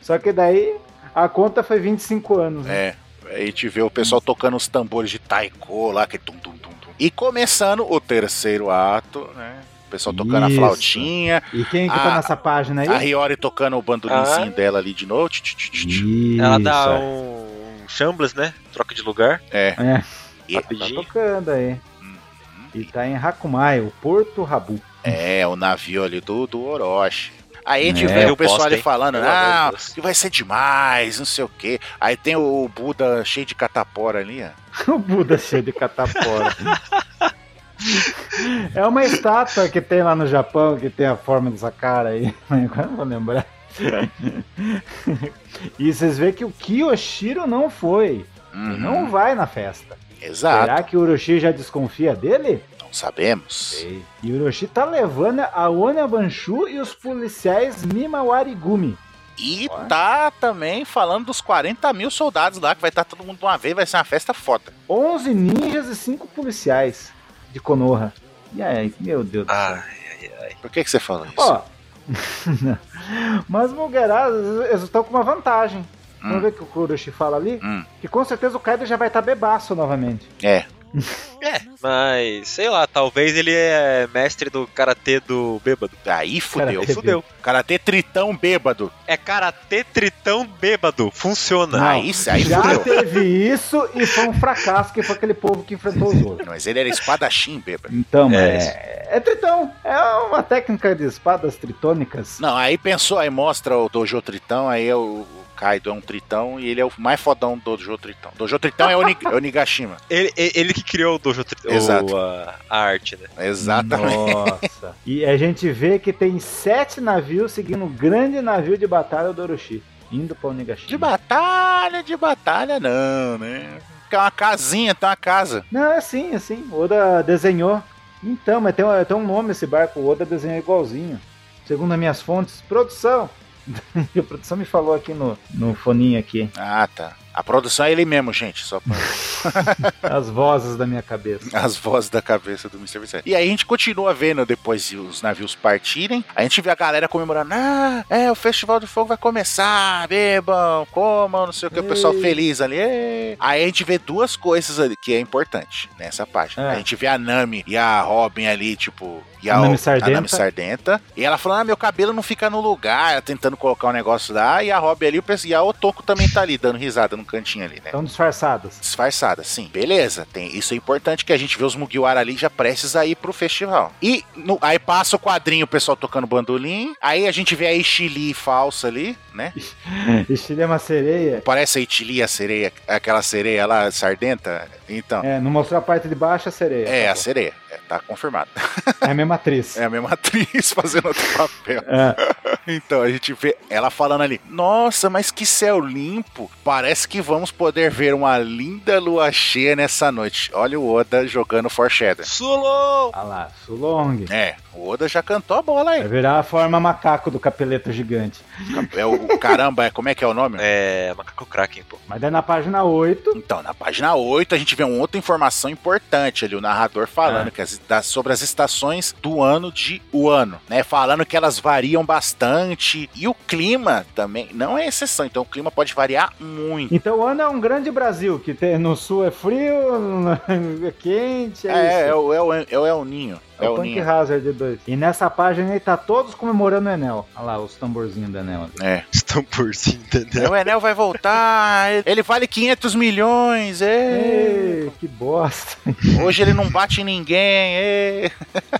Speaker 3: Só que daí a conta foi 25 anos. né?
Speaker 1: É. Aí te vê o pessoal tocando os tambores de taiko lá, que tum, tum, tum, tum. E começando o terceiro ato, né? O pessoal tocando
Speaker 3: Isso.
Speaker 1: a flautinha,
Speaker 3: E quem que
Speaker 1: Ah,
Speaker 3: tá nessa página
Speaker 1: a
Speaker 3: aí?
Speaker 1: Hiyori tocando o bandolinzinho
Speaker 2: Ah.
Speaker 1: dela ali de novo. tch, tch, tch, tch.
Speaker 3: Isso.
Speaker 2: Ela dá um, um Shambles, né? Troca de lugar.
Speaker 1: É.
Speaker 3: É.
Speaker 1: E-
Speaker 3: Tá
Speaker 2: Rapidinho.
Speaker 3: tocando aí. E tá em Hakumai, o Porto Rabu.
Speaker 1: É, o navio ali do, do Orochi. Aí a gente
Speaker 3: É.
Speaker 1: vê
Speaker 2: Eu
Speaker 1: o pessoal
Speaker 2: posso,
Speaker 1: ali
Speaker 2: hein?
Speaker 1: falando,
Speaker 2: Pelo amor de
Speaker 1: ah,
Speaker 2: Deus."
Speaker 1: que vai ser demais, não sei o quê. Aí tem o Buda cheio de catapora ali, ó.
Speaker 3: o Buda cheio de catapora. é uma estátua que tem lá no Japão que tem a forma dessa cara aí. Agora não vou lembrar. e vocês veem que o Kiyoshiro não foi.
Speaker 1: Uhum, Tá.
Speaker 3: Não vai na festa.
Speaker 1: Exato,
Speaker 3: Será que o Orochi já desconfia dele?
Speaker 1: não sabemos.
Speaker 3: E o Orochi tá levando a Ona Banshu e os policiais Mimawarigumi.
Speaker 1: E
Speaker 3: Ó.
Speaker 1: tá também falando dos 40 mil soldados lá, que vai estar todo mundo de uma vez, vai ser uma festa foda.
Speaker 3: 11 ninjas e 5 policiais de Konoha. E aí, meu Deus do céu.
Speaker 2: Ah,
Speaker 1: Por que, que você falou isso?
Speaker 3: Ó. Mas Mulgerás, eles estão com uma vantagem. Vamos
Speaker 1: Hum.
Speaker 3: ver o que o Kuroshi fala ali?
Speaker 1: Hum.
Speaker 3: Que com certeza o Kaido já vai estar bebaço novamente.
Speaker 1: É,
Speaker 2: é, mas sei lá, talvez ele é mestre do karatê do bêbado.
Speaker 1: aí fudeu.
Speaker 2: Aí
Speaker 3: Karatê.
Speaker 2: fudeu.
Speaker 1: Karatê tritão bêbado.
Speaker 2: É karatê tritão bêbado. Funciona.
Speaker 3: Não.
Speaker 1: Aí, aí
Speaker 3: já
Speaker 1: fudeu.
Speaker 3: teve isso e foi um fracasso que foi aquele povo que enfrentou os outros.
Speaker 1: Mas ele era espadachim bêbado.
Speaker 3: Então, mas
Speaker 2: É.
Speaker 3: é, é tritão. É uma técnica de espadas tritônicas.
Speaker 1: Não, aí pensou, aí mostra o Dojo Tritão, aí é o o Kaido é um tritão e ele é o mais fodão do Dojo Tritão. Dojo Tritão é o, Ni- é o Nigashima.
Speaker 2: Ele, ele- ele que criou o dojo tri- o-
Speaker 1: Exato.
Speaker 2: a, a arte, né?
Speaker 1: Exatamente.
Speaker 3: Nossa. E a gente vê que tem sete navios seguindo o grande navio de batalha do Orochi. Indo pra Onigashima.
Speaker 1: De batalha, de batalha não, né? Porque é uma casinha, tem uma casa.
Speaker 3: Não, é assim, é assim. O Oda desenhou. Então, mas tem, um- tem um nome esse barco. O Oda desenhou igualzinho. Segundo as minhas fontes, produção. a produção me falou aqui no, no foninho aqui.
Speaker 1: Ah, tá. A produção é ele mesmo, gente, só pra
Speaker 3: As vozes da minha cabeça.
Speaker 1: as vozes da cabeça do Mr. Vicente. E aí a gente continua vendo depois de os navios partirem, a gente vê a galera comemorando, ah, é, o Festival do Fogo vai começar, bebam, comam, não sei o que, o pessoal
Speaker 3: Ei.
Speaker 1: feliz ali. "Ê". Aí a gente vê duas coisas ali que é importante nessa página.
Speaker 3: É.
Speaker 1: A gente vê a Nami e a Robin ali, tipo, E
Speaker 3: A Nami Sardenta.
Speaker 1: Nami Sardenta. E ela falando, ah, meu cabelo não fica no lugar, ela tentando colocar um negócio lá, e a Robbie ali, o pes- e a Otoko também tá ali, dando risada no cantinho ali, né?
Speaker 3: Estão disfarçadas.
Speaker 1: Disfarçada, sim. Beleza, tem, isso é importante que a gente vê os Mugiwara ali já prestes a ir pro festival. E no- aí passa o quadrinho, o pessoal tocando bandolim, aí a gente vê a Ishili falsa ali, né?
Speaker 3: Estilo é uma sereia.
Speaker 1: Parece a Ishili, a sereia, aquela sereia lá, sardenta. Então,
Speaker 3: É, não mostrou a parte de baixo a sereia.
Speaker 1: é, a
Speaker 3: Tá
Speaker 1: sereia, é, tá confirmado.
Speaker 3: bom. é a mesma atriz.
Speaker 1: É a mesma atriz fazendo outro papel.
Speaker 3: É.
Speaker 1: Então a gente vê ela falando ali: Nossa, mas que céu limpo! Parece que vamos poder ver uma linda lua cheia nessa noite. Olha o Oda jogando foreshadow.
Speaker 2: Solo!
Speaker 3: Olha Ah lá, Sulong.
Speaker 1: É, o Oda já cantou a bola
Speaker 3: Vai
Speaker 1: aí.
Speaker 3: virar a forma macaco do capeleto gigante.
Speaker 1: É o caramba, é, como é que é o nome?
Speaker 2: É, macaco Kraken, pô.
Speaker 3: Mas daí na página 8,
Speaker 1: Então, na página 8, a gente vê uma outra informação importante ali, o narrador falando que as- da- sobre as estações do ano de o ano, né? Falando que elas variam bastante e o clima também não é exceção, então o clima pode variar muito.
Speaker 3: Então o ano é um grande Brasil, que tem, no sul é frio, no- é quente, é,
Speaker 1: É,
Speaker 3: isso.
Speaker 1: é, o- é, o, é, o, é o Ninho. É,
Speaker 3: o
Speaker 1: o
Speaker 3: Punk
Speaker 1: Ninho.
Speaker 3: Hazard de 2. E nessa página aí tá todos comemorando o Enel. Olha lá, os tamborzinhos do Enel. ali.
Speaker 1: É.
Speaker 2: Estão por si, entendeu?
Speaker 1: O Enel vai voltar, ele- ele vale 500 milhões, é.
Speaker 3: Ei, que bosta.
Speaker 1: hoje ele não bate em ninguém. é.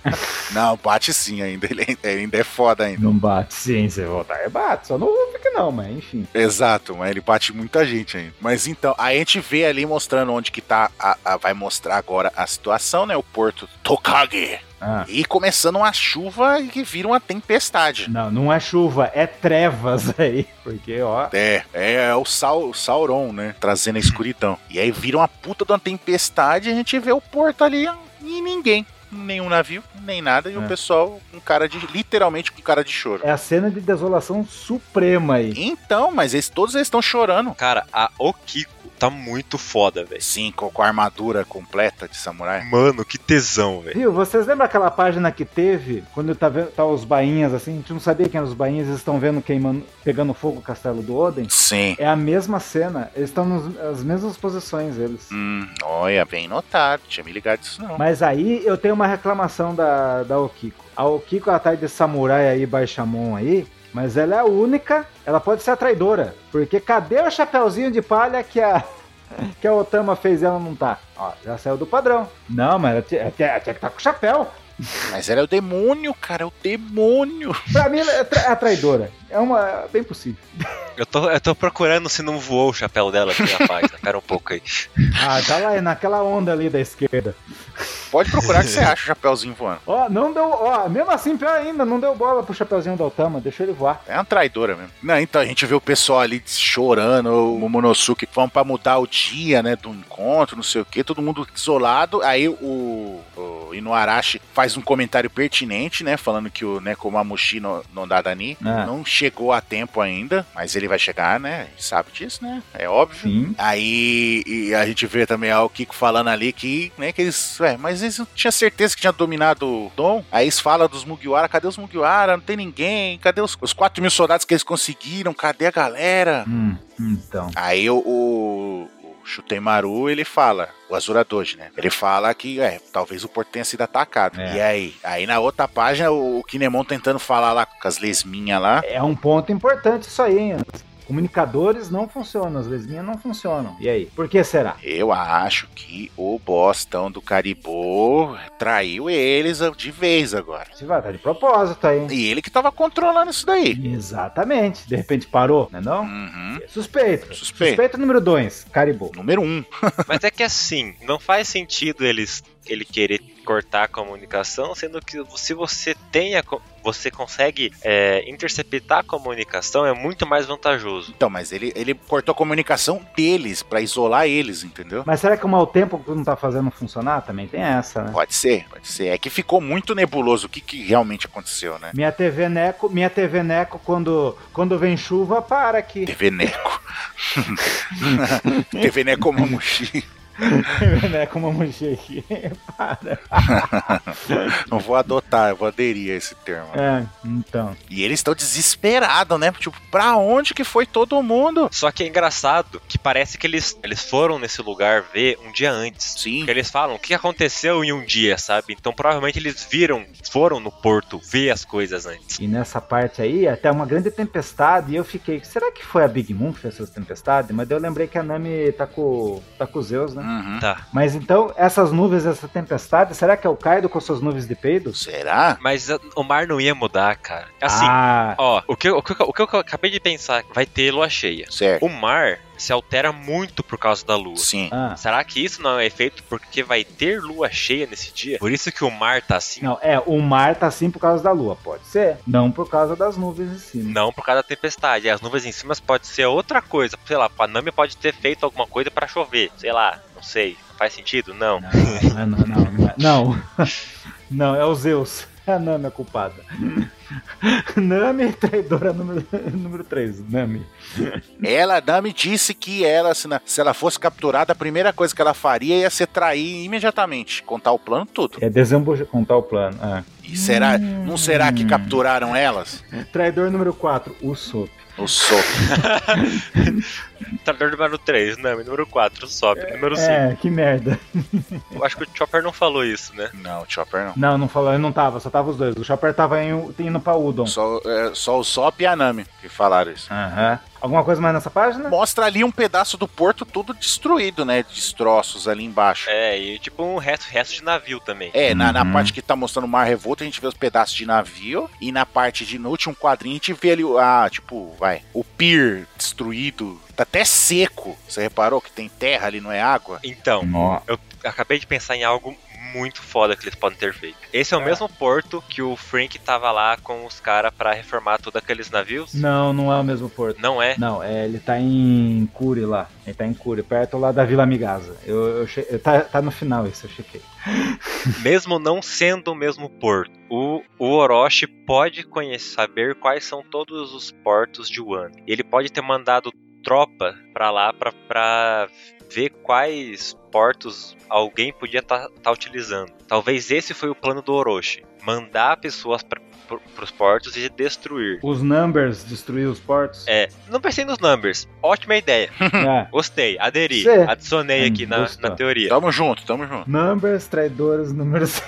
Speaker 1: Não, bate sim ainda, ele ainda é foda ainda.
Speaker 3: Não bate, sim, você voltar. É bate, só não fica não, mas enfim.
Speaker 1: Exato, mas ele bate muita gente ainda. Mas então, aí a gente vê ali mostrando onde que tá. a- a- vai mostrar agora a situação, né? O porto Tokage.
Speaker 3: Ah.
Speaker 1: E começando uma chuva que vira uma tempestade.
Speaker 3: Não, não é chuva, é trevas aí. Porque, ó,
Speaker 1: É, é o, Sau- o Sauron, né? Trazendo a escuridão. E aí vira uma puta de uma tempestade e a gente vê o porto ali e ninguém. Nenhum navio, nem nada. E o
Speaker 3: É.
Speaker 1: pessoal com cara de. literalmente com cara de choro.
Speaker 3: é a cena de desolação suprema aí.
Speaker 1: Então, mas eles, todos eles estão chorando.
Speaker 2: Cara, a Okiko tá muito foda, velho.
Speaker 1: Sim, com com a armadura completa de samurai.
Speaker 2: Mano, que tesão, velho.
Speaker 3: Viu, vocês lembram aquela página que teve, quando tá, vendo, tá os bainhas assim, a gente não sabia quem eram os bainhas, eles estão vendo queimando, pegando fogo o castelo do Oden?
Speaker 1: Sim.
Speaker 3: É a mesma cena, eles estão nas mesmas posições, eles.
Speaker 1: Hum, olha, bem notado. Tinha me ligado disso não.
Speaker 3: Mas aí eu tenho uma reclamação da, da Okiko. A Okiko, ela tá de samurai aí, baixamon aí, mas ela é a única, ela pode ser a traidora. Porque cadê o chapéuzinho de palha que a, que a Otama fez e ela não tá? Ó, já saiu do padrão. Não, mas ela tinha, ela tinha- ela tinha que estar com o chapéu.
Speaker 1: Mas ela é o demônio, cara. É o demônio.
Speaker 3: Pra mim, ela é tra- é a traidora. É uma. é bem possível.
Speaker 2: Eu tô, eu tô procurando se não voou o chapéu dela aqui na página. Pera um pouco aí.
Speaker 3: Ah, tá lá, é naquela onda ali da esquerda.
Speaker 1: Pode procurar que você acha o Chapeuzinho voando.
Speaker 3: Ó, não deu. Ó, mesmo assim, pior ainda, não deu bola pro chapeuzinho da Altama, deixou ele voar.
Speaker 1: É uma traidora mesmo. Não, então a gente vê o pessoal ali chorando, o Momonosuke falando pra mudar o dia, né, do encontro, não sei o quê, todo mundo isolado. Aí o, o Inuarashi faz um comentário pertinente, né, falando que o Nekomamushi no, no Dadani
Speaker 3: Ah.
Speaker 1: não chegou a tempo ainda, mas ele vai chegar, né, a gente sabe disso, né, é óbvio.
Speaker 3: Sim.
Speaker 1: Aí e a gente vê também ó, o Kiko falando ali que, né, que eles. Ué, mas eles não tinham certeza que tinha dominado o Dom. Aí eles falam dos Mugiwara, cadê os Mugiwara? Não tem ninguém, cadê os, os 4 mil soldados que eles conseguiram? Cadê a galera?
Speaker 3: Hum, então.
Speaker 1: Aí o. o o Shutemaru, ele fala, o Azura Doji, né? Ele fala que, é, talvez o porto tenha sido atacado.
Speaker 3: É.
Speaker 1: E aí? Aí na outra página, o, o Kinemon tentando falar lá com as lesminhas lá.
Speaker 3: É um ponto importante isso aí, hein? Anderson? Comunicadores não funcionam, as lesbinhas não funcionam. E aí? Por que será?
Speaker 1: Eu acho que o bostão do Caribou traiu eles de vez agora.
Speaker 3: Se vai, tá de propósito aí. hein?
Speaker 1: E ele que tava controlando isso daí.
Speaker 3: Exatamente. De repente parou, né não?
Speaker 1: Uhum.
Speaker 3: Suspeito.
Speaker 1: Suspeito.
Speaker 3: Suspeito número 2, Caribou.
Speaker 1: Número um.
Speaker 2: Mas é que assim, não faz sentido eles ele querer cortar a comunicação, sendo que se você tem a, co- você consegue é, interceptar a comunicação, é muito mais vantajoso.
Speaker 1: Então, mas ele, ele cortou a comunicação deles pra isolar eles, entendeu?
Speaker 3: Mas será que o mau tempo que não tá fazendo funcionar também tem essa, né?
Speaker 1: Pode ser, pode ser. É que ficou muito nebuloso o que, que realmente aconteceu, né?
Speaker 3: Minha TV Neco, minha TV Neco quando, quando vem chuva para aqui.
Speaker 1: é TV Neco. TV Neco Mamushi.
Speaker 3: né, com uma mochila aqui. Para.
Speaker 1: Não vou adotar, eu vou aderir a esse termo.
Speaker 3: É, então.
Speaker 1: E eles estão desesperados, né? Tipo, pra onde que foi todo mundo?
Speaker 2: Só que é engraçado que parece que eles, eles foram nesse lugar ver um dia antes.
Speaker 1: Sim.
Speaker 2: Porque eles falam o que aconteceu em um dia, sabe? Então provavelmente eles viram, foram no porto ver as coisas antes.
Speaker 3: E nessa parte aí, até uma grande tempestade, e eu fiquei, será que foi a Big Moon que fez essas tempestades? Mas daí eu lembrei que a Nami tá com, tá com Zeus, né?
Speaker 1: Uhum.
Speaker 2: Tá.
Speaker 3: Mas então, essas nuvens, essa tempestade, será que é o Kaido com suas nuvens de peido?
Speaker 1: Será?
Speaker 2: Mas ah, o mar não ia mudar, cara. Assim,
Speaker 3: Ah,
Speaker 2: ó, o que, eu- o, que, eu- o que eu acabei de pensar, vai ter lua cheia.
Speaker 1: Certo.
Speaker 2: O mar se altera muito por causa da lua.
Speaker 1: Sim.
Speaker 3: ah.
Speaker 2: Será que isso não é efeito porque vai ter lua cheia nesse dia? Por isso que o mar tá assim?
Speaker 3: Não, é, o mar tá assim por causa da lua, pode ser. Não por causa das nuvens em cima.
Speaker 2: Não por causa da tempestade. As nuvens em cima pode ser outra coisa. Sei lá, a Nami pode ter feito alguma coisa pra chover. Sei lá, não sei. Faz sentido? Não.
Speaker 3: Não, não, não, não. é- Não, Não, é o Zeus. A Nami é culpada. Nami, traidora número, número 3. Nami.
Speaker 1: Ela, Nami, disse que ela, se, na- se ela fosse capturada, a primeira coisa que ela faria ia ser trair imediatamente, contar o plano tudo.
Speaker 3: É desembucha contar o plano. ah.
Speaker 1: E será, não será que capturaram elas?
Speaker 3: Traidor número 4, Usopp.
Speaker 1: O soco.
Speaker 2: Traidor número 3, Nami. Número 4, Sop. Número 5.
Speaker 3: É, que merda.
Speaker 2: Eu acho que o Chopper não falou isso, né?
Speaker 1: Não, Chopper não.
Speaker 3: Não, não falou, eu não tava, só tava os dois. O Chopper tava indo, indo pra Udon.
Speaker 1: Só, é, só o Sop e a Nami que falaram isso.
Speaker 3: Aham. Alguma coisa mais nessa página?
Speaker 1: Mostra ali um pedaço do porto todo destruído, né? Destroços ali embaixo.
Speaker 2: É, e tipo um resto, resto de navio também.
Speaker 1: É, na, na
Speaker 3: Uhum.
Speaker 1: parte que tá mostrando o Mar Revolto, a gente vê os pedaços de navio. E na parte de noite, um quadrinho, a gente vê ali, o- ah, tipo, vai, o pier destruído. Tá até seco. Você reparou que tem terra ali, não é água?
Speaker 2: Então,
Speaker 3: Ó.
Speaker 2: eu acabei de pensar em algo muito foda que eles podem ter feito. Esse é o
Speaker 3: É.
Speaker 2: mesmo porto que o Frank tava lá com os caras pra reformar todos aqueles navios?
Speaker 3: Não, não é o mesmo porto.
Speaker 2: Não é?
Speaker 3: Não, é, ele tá em Cure lá. Ele tá em Cure, perto lá da Vila Migasa. Eu, eu che- eu- tá, tá no final isso, eu chequei.
Speaker 2: Mesmo não sendo o mesmo porto, o, o Orochi pode conhecer, saber quais são todos os portos de Wano. Ele pode ter mandado tropa pra lá pra, pra ver quais portos alguém podia estar utilizando. Talvez esse foi o plano do Orochi, mandar pessoas para os portos e destruir.
Speaker 3: Os numbers destruir os portos?
Speaker 2: É, não pensei nos numbers. Ótima ideia.
Speaker 3: É.
Speaker 2: Gostei, aderi,
Speaker 3: Cê-
Speaker 2: adicionei
Speaker 3: Hum,
Speaker 2: aqui na,
Speaker 3: gostou.
Speaker 2: na teoria.
Speaker 1: Tamo junto, tamo junto.
Speaker 3: Numbers, traidores, número 100.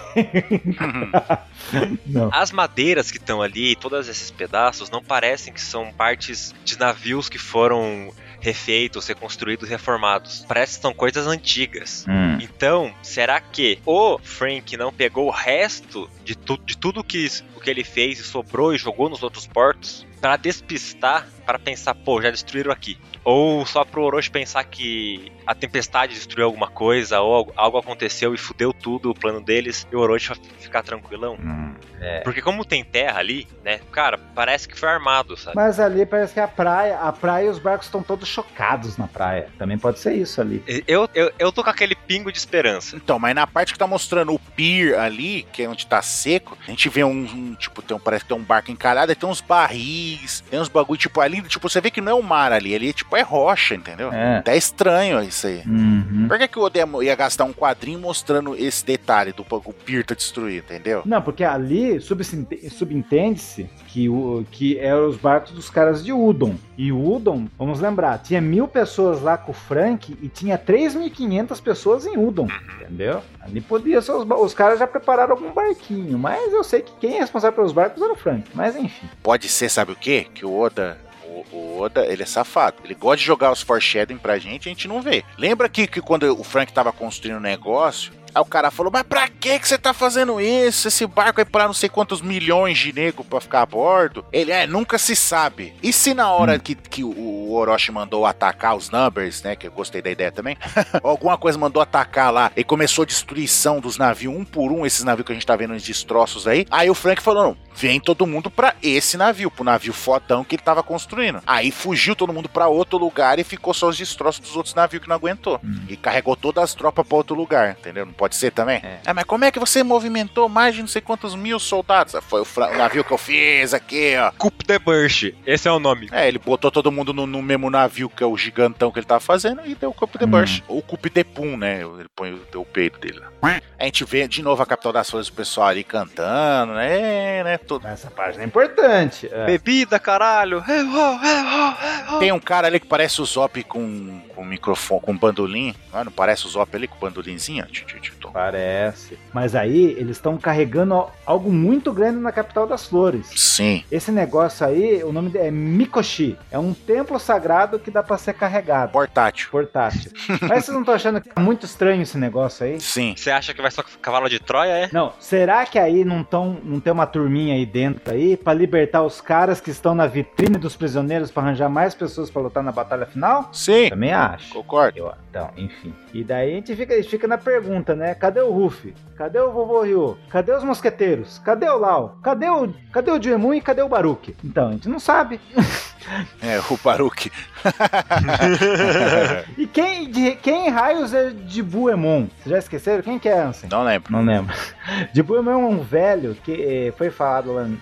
Speaker 3: Não.
Speaker 2: As madeiras que estão ali, todos esses pedaços, não parecem que são partes de navios que foram refeitos, reconstruídos, reformados. Parece que são coisas antigas.
Speaker 3: Hum.
Speaker 2: Então, será que o Frank não pegou o resto de, tu- de tudo que, is- o que ele fez e sobrou e jogou nos outros portos Pra despistar, pra pensar, pô, já destruíram aqui? Ou só pro Orochi pensar que a tempestade destruiu alguma coisa, ou algo- algo aconteceu e fudeu tudo o plano deles, e o Orochi vai ficar tranquilão? É. Porque como tem terra ali, né? Cara, parece que foi armado, sabe?
Speaker 3: Mas ali parece que é a praia. A praia e os barcos estão todos chocados na praia. Também pode ser isso ali.
Speaker 2: Eu, eu, eu tô com aquele pingo de esperança.
Speaker 1: Então, mas na parte que tá mostrando o pier ali, que é onde tá seco, a gente vê um, um, tipo, tem um, parece que tem um barco encalhado, aí tem uns barris, tem uns bagulho, tipo, ali, tipo, você vê que não é o mar ali, ali, tipo, é rocha, entendeu?
Speaker 3: É.
Speaker 1: Tá estranho isso aí.
Speaker 3: Uhum.
Speaker 1: Por que, que o Oda ia- ia gastar um quadrinho mostrando esse detalhe do o Pier tá destruído, entendeu?
Speaker 3: Não, porque ali subsinte- subentende-se que, o, que eram os barcos dos caras de Udon. E Udon, vamos lembrar, tinha mil pessoas lá com o Frank e tinha 3.500 pessoas em Udon. Entendeu? Ali podia ser os, ba- os caras já prepararam algum barquinho, mas eu sei que quem é responsável pelos barcos era o Frank. Mas enfim.
Speaker 1: Pode ser, sabe o quê? Que o Oda. o- O Oda, ele é safado. Ele gosta de jogar os foreshadowing pra gente e a gente não vê. Lembra que, que quando o Frank tava construindo o negócio, aí o cara falou: Mas pra que que você tá fazendo isso? Esse barco é pra não sei quantos milhões de nego pra ficar a bordo. Ele é, nunca se sabe. E se na hora que, que o- o Orochi mandou atacar os Numbers, né? Que eu gostei da ideia também. alguma coisa mandou atacar lá e começou a destruição dos navios, um por um, esses navios que a gente tá vendo, os destroços aí. Aí o Frank falou: não, vem todo mundo pra esse navio, pro navio fodão que ele tava construindo. Aí fugiu todo mundo pra outro lugar e ficou só os destroços dos outros navios que não aguentou. E carregou todas as tropas pra outro lugar, entendeu? Não pode ser também? É. Ah, mas como é que você movimentou mais de não sei quantos mil soldados? Ah, Foi o, fra- o navio que eu fiz aqui, ó.
Speaker 2: Coup de Burst, esse é o nome.
Speaker 1: É, ele botou todo mundo no, no mesmo navio que é o gigantão que ele tava fazendo e deu o Cup de
Speaker 3: Hum.
Speaker 1: Burst. Ou o Cup de Pum, né? Ele põe o, deu o peito dele lá. A gente vê de novo a Capital das Flores, o pessoal ali cantando, né? né todo.
Speaker 3: Essa página é importante. É.
Speaker 2: Bebida, caralho. Hey, ho, hey, ho, hey, ho.
Speaker 1: Tem um cara ali que parece o Zop com, com microfone, com bandolim. Não, é? Não parece o Zop ali com bandolinzinho? Tch, tch, tch, tch.
Speaker 3: Parece. Mas aí eles estão carregando al- algo muito grande na capital das flores.
Speaker 1: Sim.
Speaker 3: Esse negócio aí, o nome dele é Mikoshi. É um templo sagrado que dá pra ser carregado.
Speaker 1: Portátil.
Speaker 3: Portátil. Mas vocês não estão achando que tá muito estranho esse negócio aí?
Speaker 1: Sim.
Speaker 2: Você acha que vai só com cavalo de Troia, é?
Speaker 3: Não, será que aí não, tão, não tem uma turminha aí dentro aí pra libertar os caras que estão na vitrine dos prisioneiros pra arranjar mais pessoas pra lutar na batalha final?
Speaker 1: Sim.
Speaker 3: Também acho.
Speaker 1: Concordo.
Speaker 3: Eu- então, enfim. E daí a gente fica, a gente fica na pergunta, né? Cadê o Ruffy? Cadê o vovô Ryu? Cadê os mosqueteiros? Cadê o Lau? Cadê o, cadê o Juemun e cadê o Baruque? Então, a gente não sabe.
Speaker 1: É, o Baruque.
Speaker 3: E quem, de- quem em raios é de Buemon? Vocês já esqueceram? Quem que é, Ansem?
Speaker 1: Não lembro.
Speaker 3: Não lembro. De Buemon é um velho que eh, foi falado lá em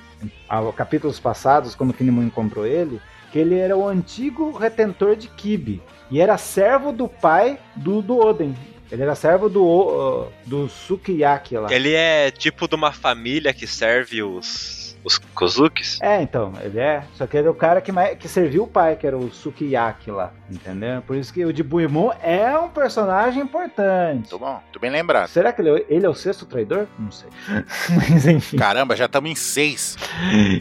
Speaker 3: há capítulos passados, quando o Kinemon encontrou ele, que ele era o antigo retentor de Kibi. E era servo do pai do, do Oden. Ele era servo do, O- do Sukiyaki lá.
Speaker 2: Ele é tipo de uma família que serve os, os Kozukis?
Speaker 3: É, então, ele é. Só que ele é o cara que, mais- que serviu o pai, que era o Sukiyaki lá. Entendeu? Por isso que o de Buemon é um personagem importante.
Speaker 1: Muito bom. Muito bem lembrado.
Speaker 3: Será que ele é, ele é o sexto traidor? Não sei. Mas enfim.
Speaker 1: Caramba, já estamos em seis.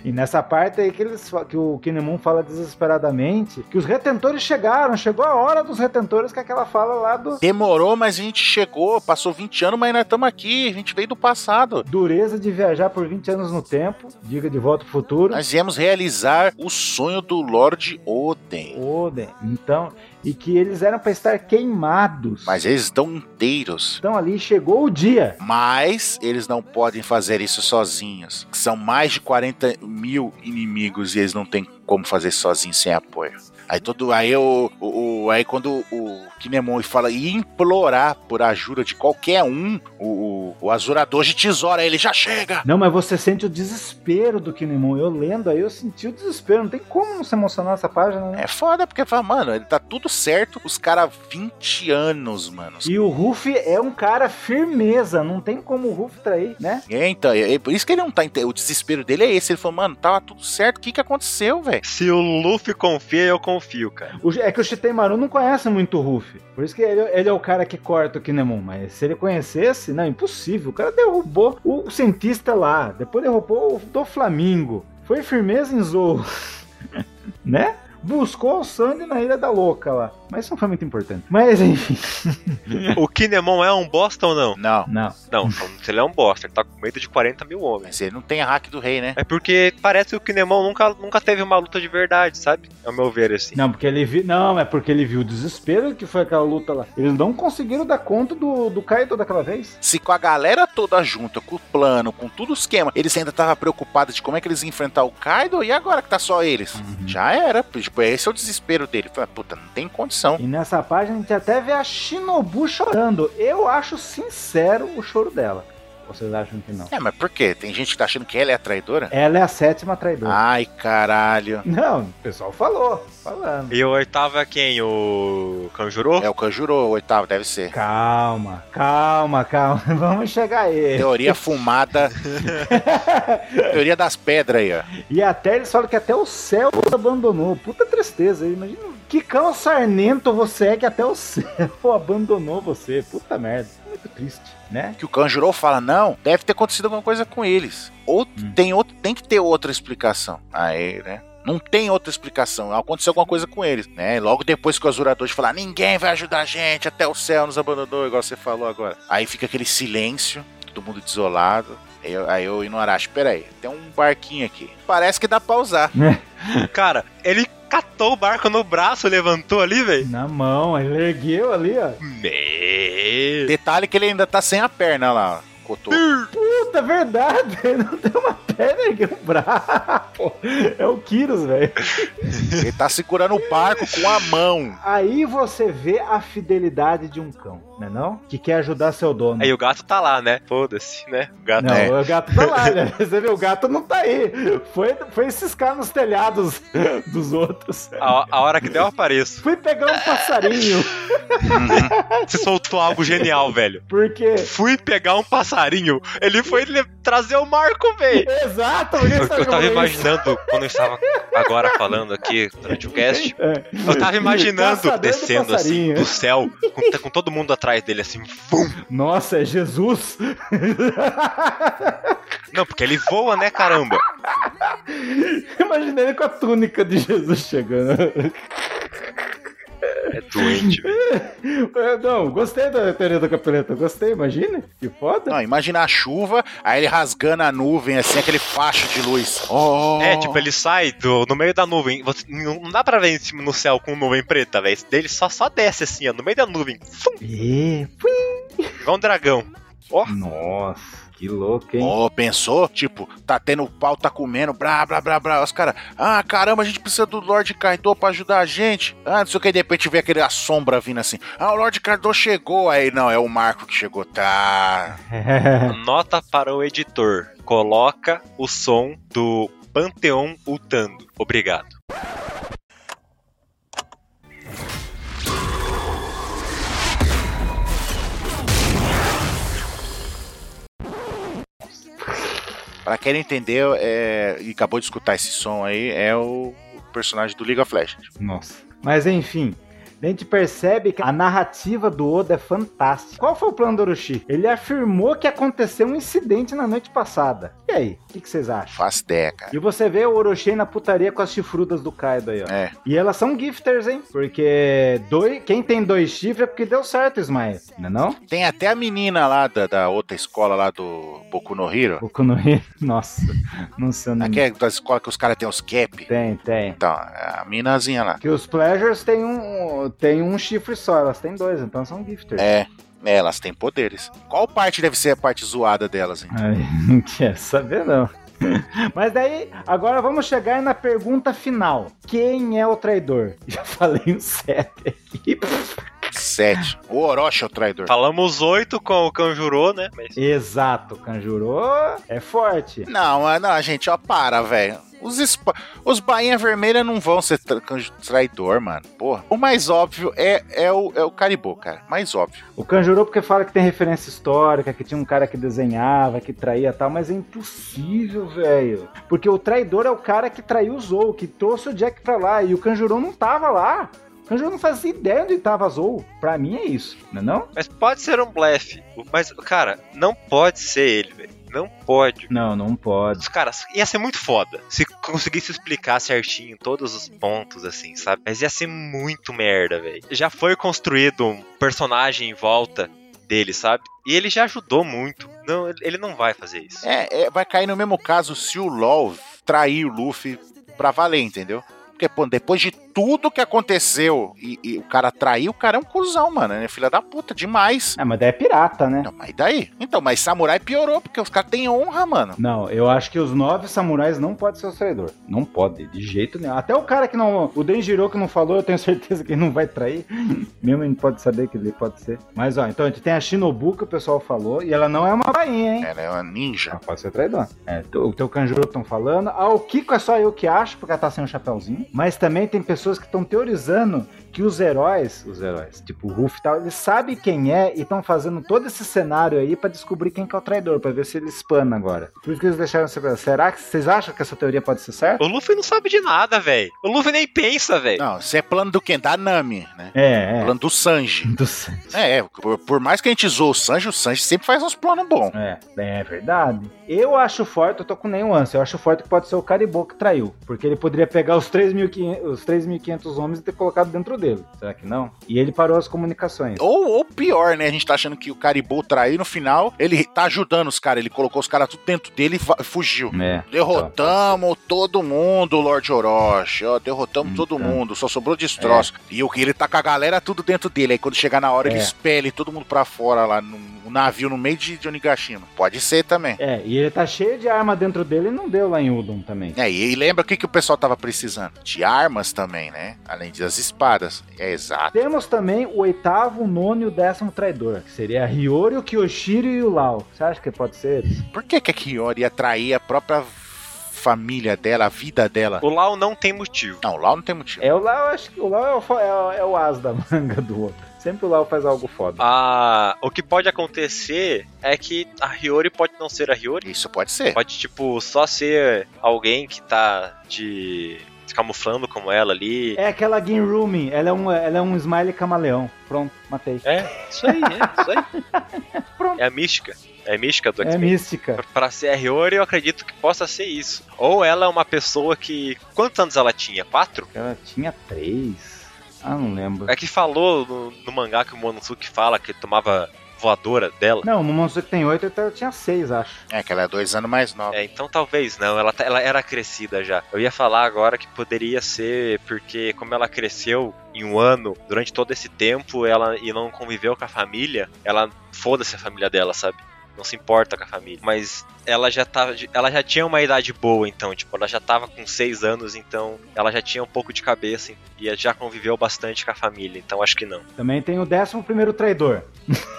Speaker 3: E nessa parte aí que, eles, fa- que o Kinemon fala desesperadamente que os retentores chegaram, chegou a hora dos retentores, que é aquela fala lá do
Speaker 1: Demorou, mas a gente chegou. Passou 20 anos, mas ainda estamos aqui. A gente veio do passado.
Speaker 3: dureza de viajar por 20 anos no tempo, diga de volta pro futuro.
Speaker 1: Nós viemos realizar o sonho do Lord Oden.
Speaker 3: Oden, então, e que eles eram pra estar queimados.
Speaker 1: Mas eles estão inteiros.
Speaker 3: Então ali chegou o dia.
Speaker 1: Mas eles não podem fazer isso sozinhos. São mais de 40 mil inimigos e eles não têm como fazer isso sozinhos sem apoio. Aí todo. Aí o, o- o- aí quando o Kinemon fala e implorar por ajuda de qualquer um, o, o, o Azurador de tesoura, ele já chega!
Speaker 3: Não, mas você sente o desespero do Kinemon. Eu lendo aí, eu senti o desespero. Não tem como não se emocionar nessa página, né?
Speaker 1: É foda, porque fala, mano, ele tá tudo certo, os caras 20 anos, mano.
Speaker 3: E o Ruffy é um cara firmeza. Não tem como o Ruffy trair, né?
Speaker 1: É, então, é, é por isso que ele não tá. inte- O desespero dele é esse. Ele falou, mano, tava tudo certo, o que que aconteceu, velho?
Speaker 2: Se o Luffy confia, eu confio, cara.
Speaker 3: O- É que o Shitemaru não conhece muito o Ruffy. Por isso que ele, ele é o cara que corta o Kinemon. Mas se ele conhecesse, não, impossível. O cara derrubou o cientista lá. Depois derrubou o do Flamingo. Foi firmeza em Zou. né? Buscou o Sandy na Ilha da Louca lá. Mas isso não foi muito importante. Mas enfim.
Speaker 2: O Kinemon é um bosta ou não?
Speaker 1: Não,
Speaker 3: Não.
Speaker 2: Não, então, se ele é um bosta, ele tá com medo de 40 mil homens.
Speaker 1: mas ele não tem hack do rei, né?
Speaker 2: É porque parece que o Kinemon nunca, nunca teve uma luta de verdade, sabe? Ao meu ver, assim.
Speaker 3: Não, porque ele viu. Não, é porque ele viu o desespero que foi aquela luta lá. Eles não conseguiram dar conta do, do Kaido daquela vez.
Speaker 1: Se com a galera toda junta, com o plano, com tudo o esquema, eles ainda estavam preocupados de como é que eles iam enfrentar o Kaido e agora que tá só eles. Já era, tipo, esse é o desespero dele. Fala, puta, não tem condição.
Speaker 3: E nessa página a gente até vê a Shinobu chorando. Eu acho sincero o choro dela. Vocês acham que não?
Speaker 1: É, mas por quê? Tem gente que tá achando que ela é a traidora?
Speaker 3: Ela é a sétima traidora.
Speaker 1: Ai, caralho.
Speaker 3: Não, o pessoal falou. Falando.
Speaker 2: E o oitavo é quem? O Kanjuro?
Speaker 1: É o Kanjuro, o oitavo, deve ser.
Speaker 3: Calma, calma, calma. Vamos chegar aí.
Speaker 1: Teoria fumada. Teoria das pedras aí, ó.
Speaker 3: E até eles falam que até o céu os abandonou. Puta tristeza. Imagina que cão sarnento você é que até o céu abandonou você. Puta merda. Muito triste, né?
Speaker 1: que o Kanjuro fala, não, deve ter acontecido alguma coisa com eles. Ou tem, outro, tem que ter outra explicação. Aí, né? Não tem outra explicação. Aconteceu alguma coisa com eles, né? Logo depois que o Azurador de falar, ninguém vai ajudar a gente, até o céu nos abandonou, igual você falou agora. Aí fica aquele silêncio, todo mundo desolado. Aí eu- Aí eu e no Arashi, peraí, tem um barquinho aqui. Parece que dá pra usar.
Speaker 2: Cara, ele catou o barco no braço, levantou ali, velho.
Speaker 3: Na mão, ele ergueu ali, ó.
Speaker 2: Meu.
Speaker 1: Detalhe que ele ainda tá sem a perna lá, ó. Cotô.
Speaker 3: Puta verdade, não tem uma É, neguinho, um brabo. É o Kyrus, velho.
Speaker 1: Ele tá segurando o barco com a mão.
Speaker 3: Aí você vê a fidelidade de um cão, né não? Que quer ajudar seu dono.
Speaker 2: Aí o gato tá lá, né? Foda-se, né? O gato
Speaker 3: Não,
Speaker 2: é.
Speaker 3: o gato tá lá, né? Você vê, o gato não tá aí. Foi, foi ciscar nos telhados dos outros.
Speaker 2: A, a hora que der eu apareço.
Speaker 3: Fui pegar um passarinho,
Speaker 2: Você soltou algo genial, velho.
Speaker 3: porque...
Speaker 2: Fui pegar um passarinho. Ele foi le- trazer o Marco, velho.
Speaker 3: Exato, alguém
Speaker 2: Eu,
Speaker 3: tá
Speaker 2: eu tava
Speaker 3: jogando
Speaker 2: imaginando, quando eu estava agora falando aqui durante o cast,
Speaker 3: isso. É.
Speaker 2: eu tava imaginando
Speaker 3: Caçador do
Speaker 2: descendo assim
Speaker 3: passarinho.
Speaker 2: do céu, com, com todo mundo atrás dele, assim, vum.
Speaker 3: Nossa, é Jesus!
Speaker 2: Não, porque ele voa, né, caramba?
Speaker 3: Imaginei ele com a túnica de Jesus chegando.
Speaker 2: É doente, velho.
Speaker 3: É, Não, gostei da teoria da capuleta, gostei, imagina. Que foda.
Speaker 1: Não, imagina a chuva, aí ele rasgando a nuvem, assim, aquele facho de luz. Oh,
Speaker 2: É, tipo, ele sai do, no meio da nuvem. Você- não não dá pra ver em cima no céu com nuvem preta, velho. Ele só, só desce assim, ó, no meio da nuvem.
Speaker 3: Ah,
Speaker 2: Fum,
Speaker 3: E...
Speaker 2: igual um dragão.
Speaker 3: Nossa, que louco, hein?
Speaker 1: Oh, pensou? Tipo, tá tendo pau, tá comendo, blá, blá, blá, blá. Os caras, ah, caramba, a gente precisa do Lorde Kaido pra ajudar a gente. Ah, não sei o que, de repente vê aquele a sombra vindo assim. Ah, o Lorde Kaido chegou. Aí, não, é o Marco que chegou. Tá.
Speaker 2: Nota para o editor. Coloca o som do Panteão Ultando. Obrigado.
Speaker 1: Pra quem não entendeu, é, e acabou de escutar esse som aí, é o personagem do League of Legends.
Speaker 3: Nossa. Mas enfim, a gente percebe que a narrativa do Oda é fantástica. Qual foi o plano do Orochi? Ele afirmou que aconteceu um incidente na noite passada. E aí, o que, que vocês acham?
Speaker 1: Faz ideia, cara.
Speaker 3: E você vê o Orochi na putaria com as chifrudas do Kaido aí, ó.
Speaker 1: É.
Speaker 3: E elas são gifters, hein? Porque dois, quem tem dois chifres é porque deu certo, Ismael. Não é não?
Speaker 1: Tem até a menina lá da, da outra escola lá do Boku no Hero.
Speaker 3: O Kunohi, nossa, não sei o nome.
Speaker 1: Aqui é da escola que os caras têm os cap.
Speaker 3: Tem, tem.
Speaker 1: Então, a minazinha lá.
Speaker 3: Que os Pleasures tem um, tem um chifre só, elas têm dois, então são gifters.
Speaker 1: É, é, elas têm poderes. Qual parte deve ser a parte zoada delas, hein?
Speaker 3: Ai, não quer saber não. Mas daí, agora vamos chegar na pergunta final. Quem é o traidor? Já falei o sete aqui.
Speaker 1: Sete. O Orochi é o traidor.
Speaker 2: Falamos oito com o Kanjuro, né? Mas
Speaker 3: Exato, Kanjuro é forte.
Speaker 1: Não, ah, não, gente, ó, para, velho. Os, espa- os Bainha Vermelha não vão ser tra- traidor, mano. Porra. O mais óbvio é, é, o, é o Caribou, cara. Mais óbvio.
Speaker 3: O Kanjuro porque fala que tem referência histórica, que tinha um cara que desenhava, que traía e tal, mas é impossível, velho. Porque o traidor é o cara que traiu o Zou, que trouxe o Jack pra lá, e o Kanjuro não tava lá. O Kanjuro não fazia ideia onde tava Zou. Pra mim é isso, não é não?
Speaker 2: Mas pode ser um blefe. Mas, cara, não pode ser ele, velho. Não pode.
Speaker 3: Não, não pode.
Speaker 2: Os caras, ia ser muito foda se conseguisse explicar certinho todos os pontos, assim, sabe? Mas ia ser muito merda, velho. Já foi construído um personagem em volta dele, sabe? E ele já ajudou muito. Não, ele- ele não vai fazer isso.
Speaker 1: É, é, vai cair no mesmo caso se o LOL trair o Luffy pra valer, entendeu? Porque, pô, depois de tudo que aconteceu e, e o cara traiu, o cara é um cuzão, mano. Ele é filha da puta demais.
Speaker 3: Ah, mas daí é pirata, né?
Speaker 1: Não, mas e daí? Então, mas samurai piorou, porque os caras têm honra, mano.
Speaker 3: Não, eu acho que os nove samurais não podem ser o traidor. Não pode, de jeito nenhum. Até o cara que não. O Denjiro que não falou, eu tenho certeza que ele não vai trair. Mesmo ele pode saber que ele pode ser. Mas ó, então a gente tem a Shinobu que o pessoal falou, e ela não é uma bainha, hein?
Speaker 1: Ela é uma ninja.
Speaker 3: Ela pode ser traidora. É, tu- o teu Kanjuro estão falando. Ah, o Kiko é só eu que acho, porque ela tá sem um chapéuzinho. Mas também tem pessoas que estão teorizando que os heróis, os heróis, tipo o Ruff e tal, eles sabem quem é e estão fazendo todo esse cenário aí pra descobrir quem que é o traidor, pra ver se ele espana agora. Por isso que eles deixaram essa. Será que vocês acham que essa teoria pode ser certa?
Speaker 2: O Luffy não sabe de nada, velho. O Luffy nem pensa, velho.
Speaker 1: Não, isso é plano do quem? Da Nami, né?
Speaker 3: É, é.
Speaker 1: Plano do Sanji.
Speaker 3: Dos-
Speaker 1: É, é, por, por mais que a gente zoe o Sanji, o Sanji sempre faz uns planos bons.
Speaker 3: É, é verdade. Eu acho forte, eu tô com nenhum ânsia, eu acho forte que pode ser o Caribou que traiu. Porque ele poderia pegar os 3.500 os 3.500 homens e ter colocado dentro dele. Será que não? E ele parou as comunicações.
Speaker 1: Ou, ou pior, né? A gente tá achando que o Caribou traiu no final. Ele tá ajudando os caras. Ele colocou os caras tudo dentro dele e fa- fugiu.
Speaker 3: É.
Speaker 1: Derrotamos todo mundo, Lord Orochi. Ó, derrotamos todo
Speaker 3: Então.
Speaker 1: mundo. Só sobrou destroço. E o que ele tá com a galera tudo dentro dele. Aí quando chegar na hora,
Speaker 3: É.
Speaker 1: ele espelha todo mundo pra fora lá no um navio no meio de, de Onigashima. Pode ser também.
Speaker 3: É, e ele tá cheio de arma dentro dele e não deu lá em Udon também.
Speaker 1: É, e e lembra o que, que o pessoal tava precisando? De armas também, né? Além das espadas. É exato.
Speaker 3: Temos também o oitavo, o nono e o décimo traidor, que seria a Hiyori, o Kyoshiro e o Lau. Você acha que pode ser eles?
Speaker 1: Por que, que a Kiori ia trair a própria família dela, a vida dela?
Speaker 2: O Lau não tem motivo.
Speaker 1: Não, lá não tem motivo.
Speaker 3: É, o Lau, acho que o Lau é o, fo- é o, é o as da manga do outro. Sempre o Lau faz algo foda.
Speaker 2: Ah, o que pode acontecer é que a Hiyori pode não ser a Hiyori.
Speaker 1: Isso pode ser.
Speaker 2: Pode, tipo, só ser alguém que tá de. se camuflando como ela ali.
Speaker 3: É aquela Game Rooming, ela é um, ela é um smiley camaleão. Pronto, matei.
Speaker 2: É, isso aí, é, isso aí.
Speaker 3: Pronto.
Speaker 2: É a mística. É a mística do
Speaker 3: É
Speaker 2: X-Men.
Speaker 3: mística.
Speaker 2: Pra ser a Hiyori, eu acredito que possa ser isso. Ou ela é uma pessoa que. Quantos anos ela tinha? Quatro?
Speaker 3: Ela tinha três. Ah, não lembro.
Speaker 2: É que falou no, no mangá que o Monosuke fala que ele tomava voadora dela.
Speaker 3: Não, o Momonosuke tem oito, então eu tinha seis, acho.
Speaker 1: É que ela é dois anos mais nova.
Speaker 2: É, então talvez não, ela, tá- ela era crescida já. Eu ia falar agora que poderia ser porque como ela cresceu em um ano, durante todo esse tempo, ela e não conviveu com a família, ela foda-se a família dela, sabe? Não se importa com a família. Mas ela já tava. de- Ela já tinha uma idade boa, então, tipo, ela já tava com seis anos, então ela já tinha um pouco de cabeça e já conviveu bastante com a família, então acho que não.
Speaker 3: Também tem o décimo primeiro traidor.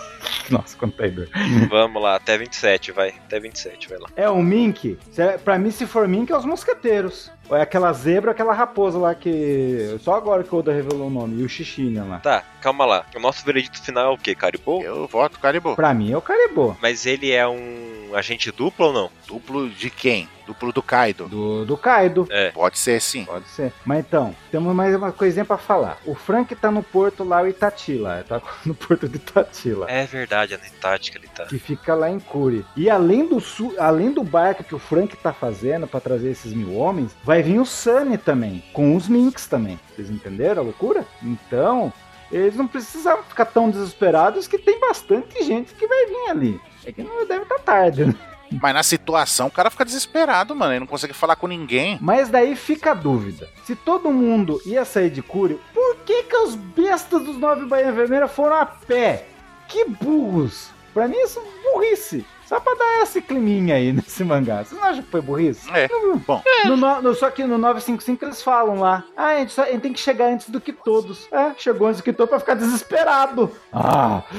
Speaker 3: Nossa, quanto traidor.
Speaker 2: Vamos lá, até 27, vai. Até 27, vai lá.
Speaker 3: É o Mink? Se- Pra mim, se for Mink, é os mosqueteiros. Ou é aquela zebra, aquela raposa lá que. Só agora que o Oda revelou o nome. E o Xixinha lá.
Speaker 2: Tá, calma lá. O nosso veredito final é o quê, Caribou?
Speaker 1: Eu voto Caribou.
Speaker 3: Pra mim é o Caribou.
Speaker 2: Mas ele é um agente duplo ou não?
Speaker 1: Duplo de quem? Duplo do Kaido.
Speaker 3: Do, do Kaido.
Speaker 1: Pode ser sim.
Speaker 3: Pode ser. Mas então, temos mais uma coisinha pra falar. O Frank tá no porto lá, o Itati lá. Tá no porto de Itati lá.
Speaker 2: É verdade, a tática ele tá.
Speaker 3: Que fica lá em Curi. E além do, su- além do barco que o Frank tá fazendo pra trazer esses mil homens, vai vir o Sunny também, com os Minks também. Vocês entenderam a loucura? Então, eles não precisavam ficar tão desesperados que tem bastante gente que vai vir ali. É que não deve estar tarde, né?
Speaker 1: Mas na situação o cara fica desesperado, mano. Ele não consegue falar com ninguém.
Speaker 3: Mas daí fica a dúvida. Se todo mundo ia sair de Curi, por que que os bestas dos Nove Baía Vermelha foram a pé? Que burros! Pra mim isso é burrice. Só pra dar esse climinha aí nesse mangá. Vocês não acham que foi burrice?
Speaker 1: É. Bom,
Speaker 3: No, no- no- só que no 955 eles falam lá. Ah, a gente, só- a gente tem que chegar antes do que todos. É, chegou antes do que todos pra ficar desesperado. Ah!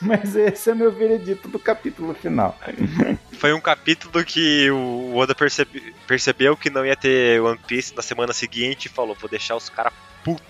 Speaker 3: Mas esse é meu veredito do capítulo final.
Speaker 2: Foi um capítulo que o Oda percebe- percebeu que não ia ter One Piece na semana seguinte e falou: vou deixar os caras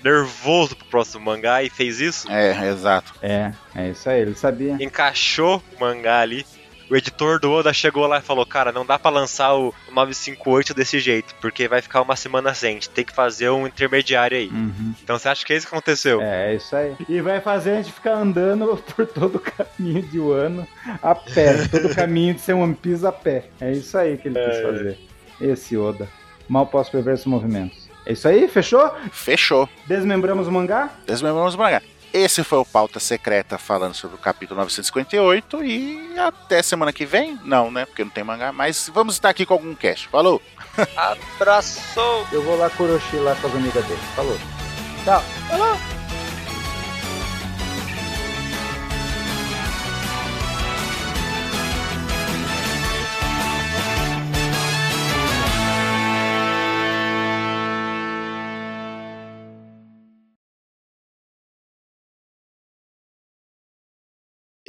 Speaker 2: nervoso pro próximo mangá e fez isso.
Speaker 1: é, exato.
Speaker 3: É, é isso aí, ele sabia.
Speaker 2: Encaixou o mangá ali. O editor do Oda chegou lá e falou: Cara, não dá pra lançar o 958 desse jeito, porque vai ficar uma semana sem. a gente Tem que fazer um intermediário aí.
Speaker 3: Uhum.
Speaker 2: Então você acha que é isso que aconteceu?
Speaker 3: É, é isso aí. E vai fazer a gente ficar andando por todo o caminho de Wano a pé. todo o caminho de ser um One Piece a pé. É isso aí que ele quis fazer. Esse Oda. Mal posso prever esses movimentos. É isso aí, fechou?
Speaker 1: Fechou.
Speaker 3: Desmembramos o mangá?
Speaker 1: Desmembramos o mangá. Esse foi o Pauta Secreta falando sobre o capítulo 958 e até semana que vem? Não, né? Porque não tem mangá, mas vamos estar aqui com algum cast. Falou!
Speaker 2: Abraçou!
Speaker 3: Eu vou lá Kuroshi lá com as amigas dele. Falou. Tchau.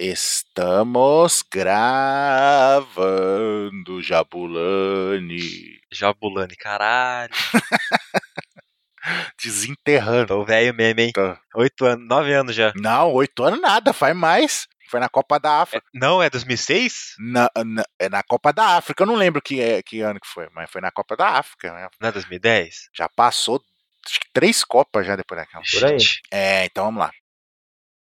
Speaker 1: Estamos gravando Jabulani.
Speaker 2: Jabulani, caralho.
Speaker 1: Desenterrando.
Speaker 2: Tô velho mesmo, hein?
Speaker 1: Tá.
Speaker 2: Oito anos, nove anos já.
Speaker 1: Não, oito anos nada, faz mais. Foi na Copa da África.
Speaker 2: Não, é 2006?
Speaker 1: Na, na- é na Copa da África. Eu não lembro que, é- que ano que foi, mas foi na Copa da África. né?
Speaker 2: Não é 2010?
Speaker 1: Já passou acho que três Copas já depois daquela.
Speaker 3: Por aí.
Speaker 2: Shit.
Speaker 1: É, então vamos lá.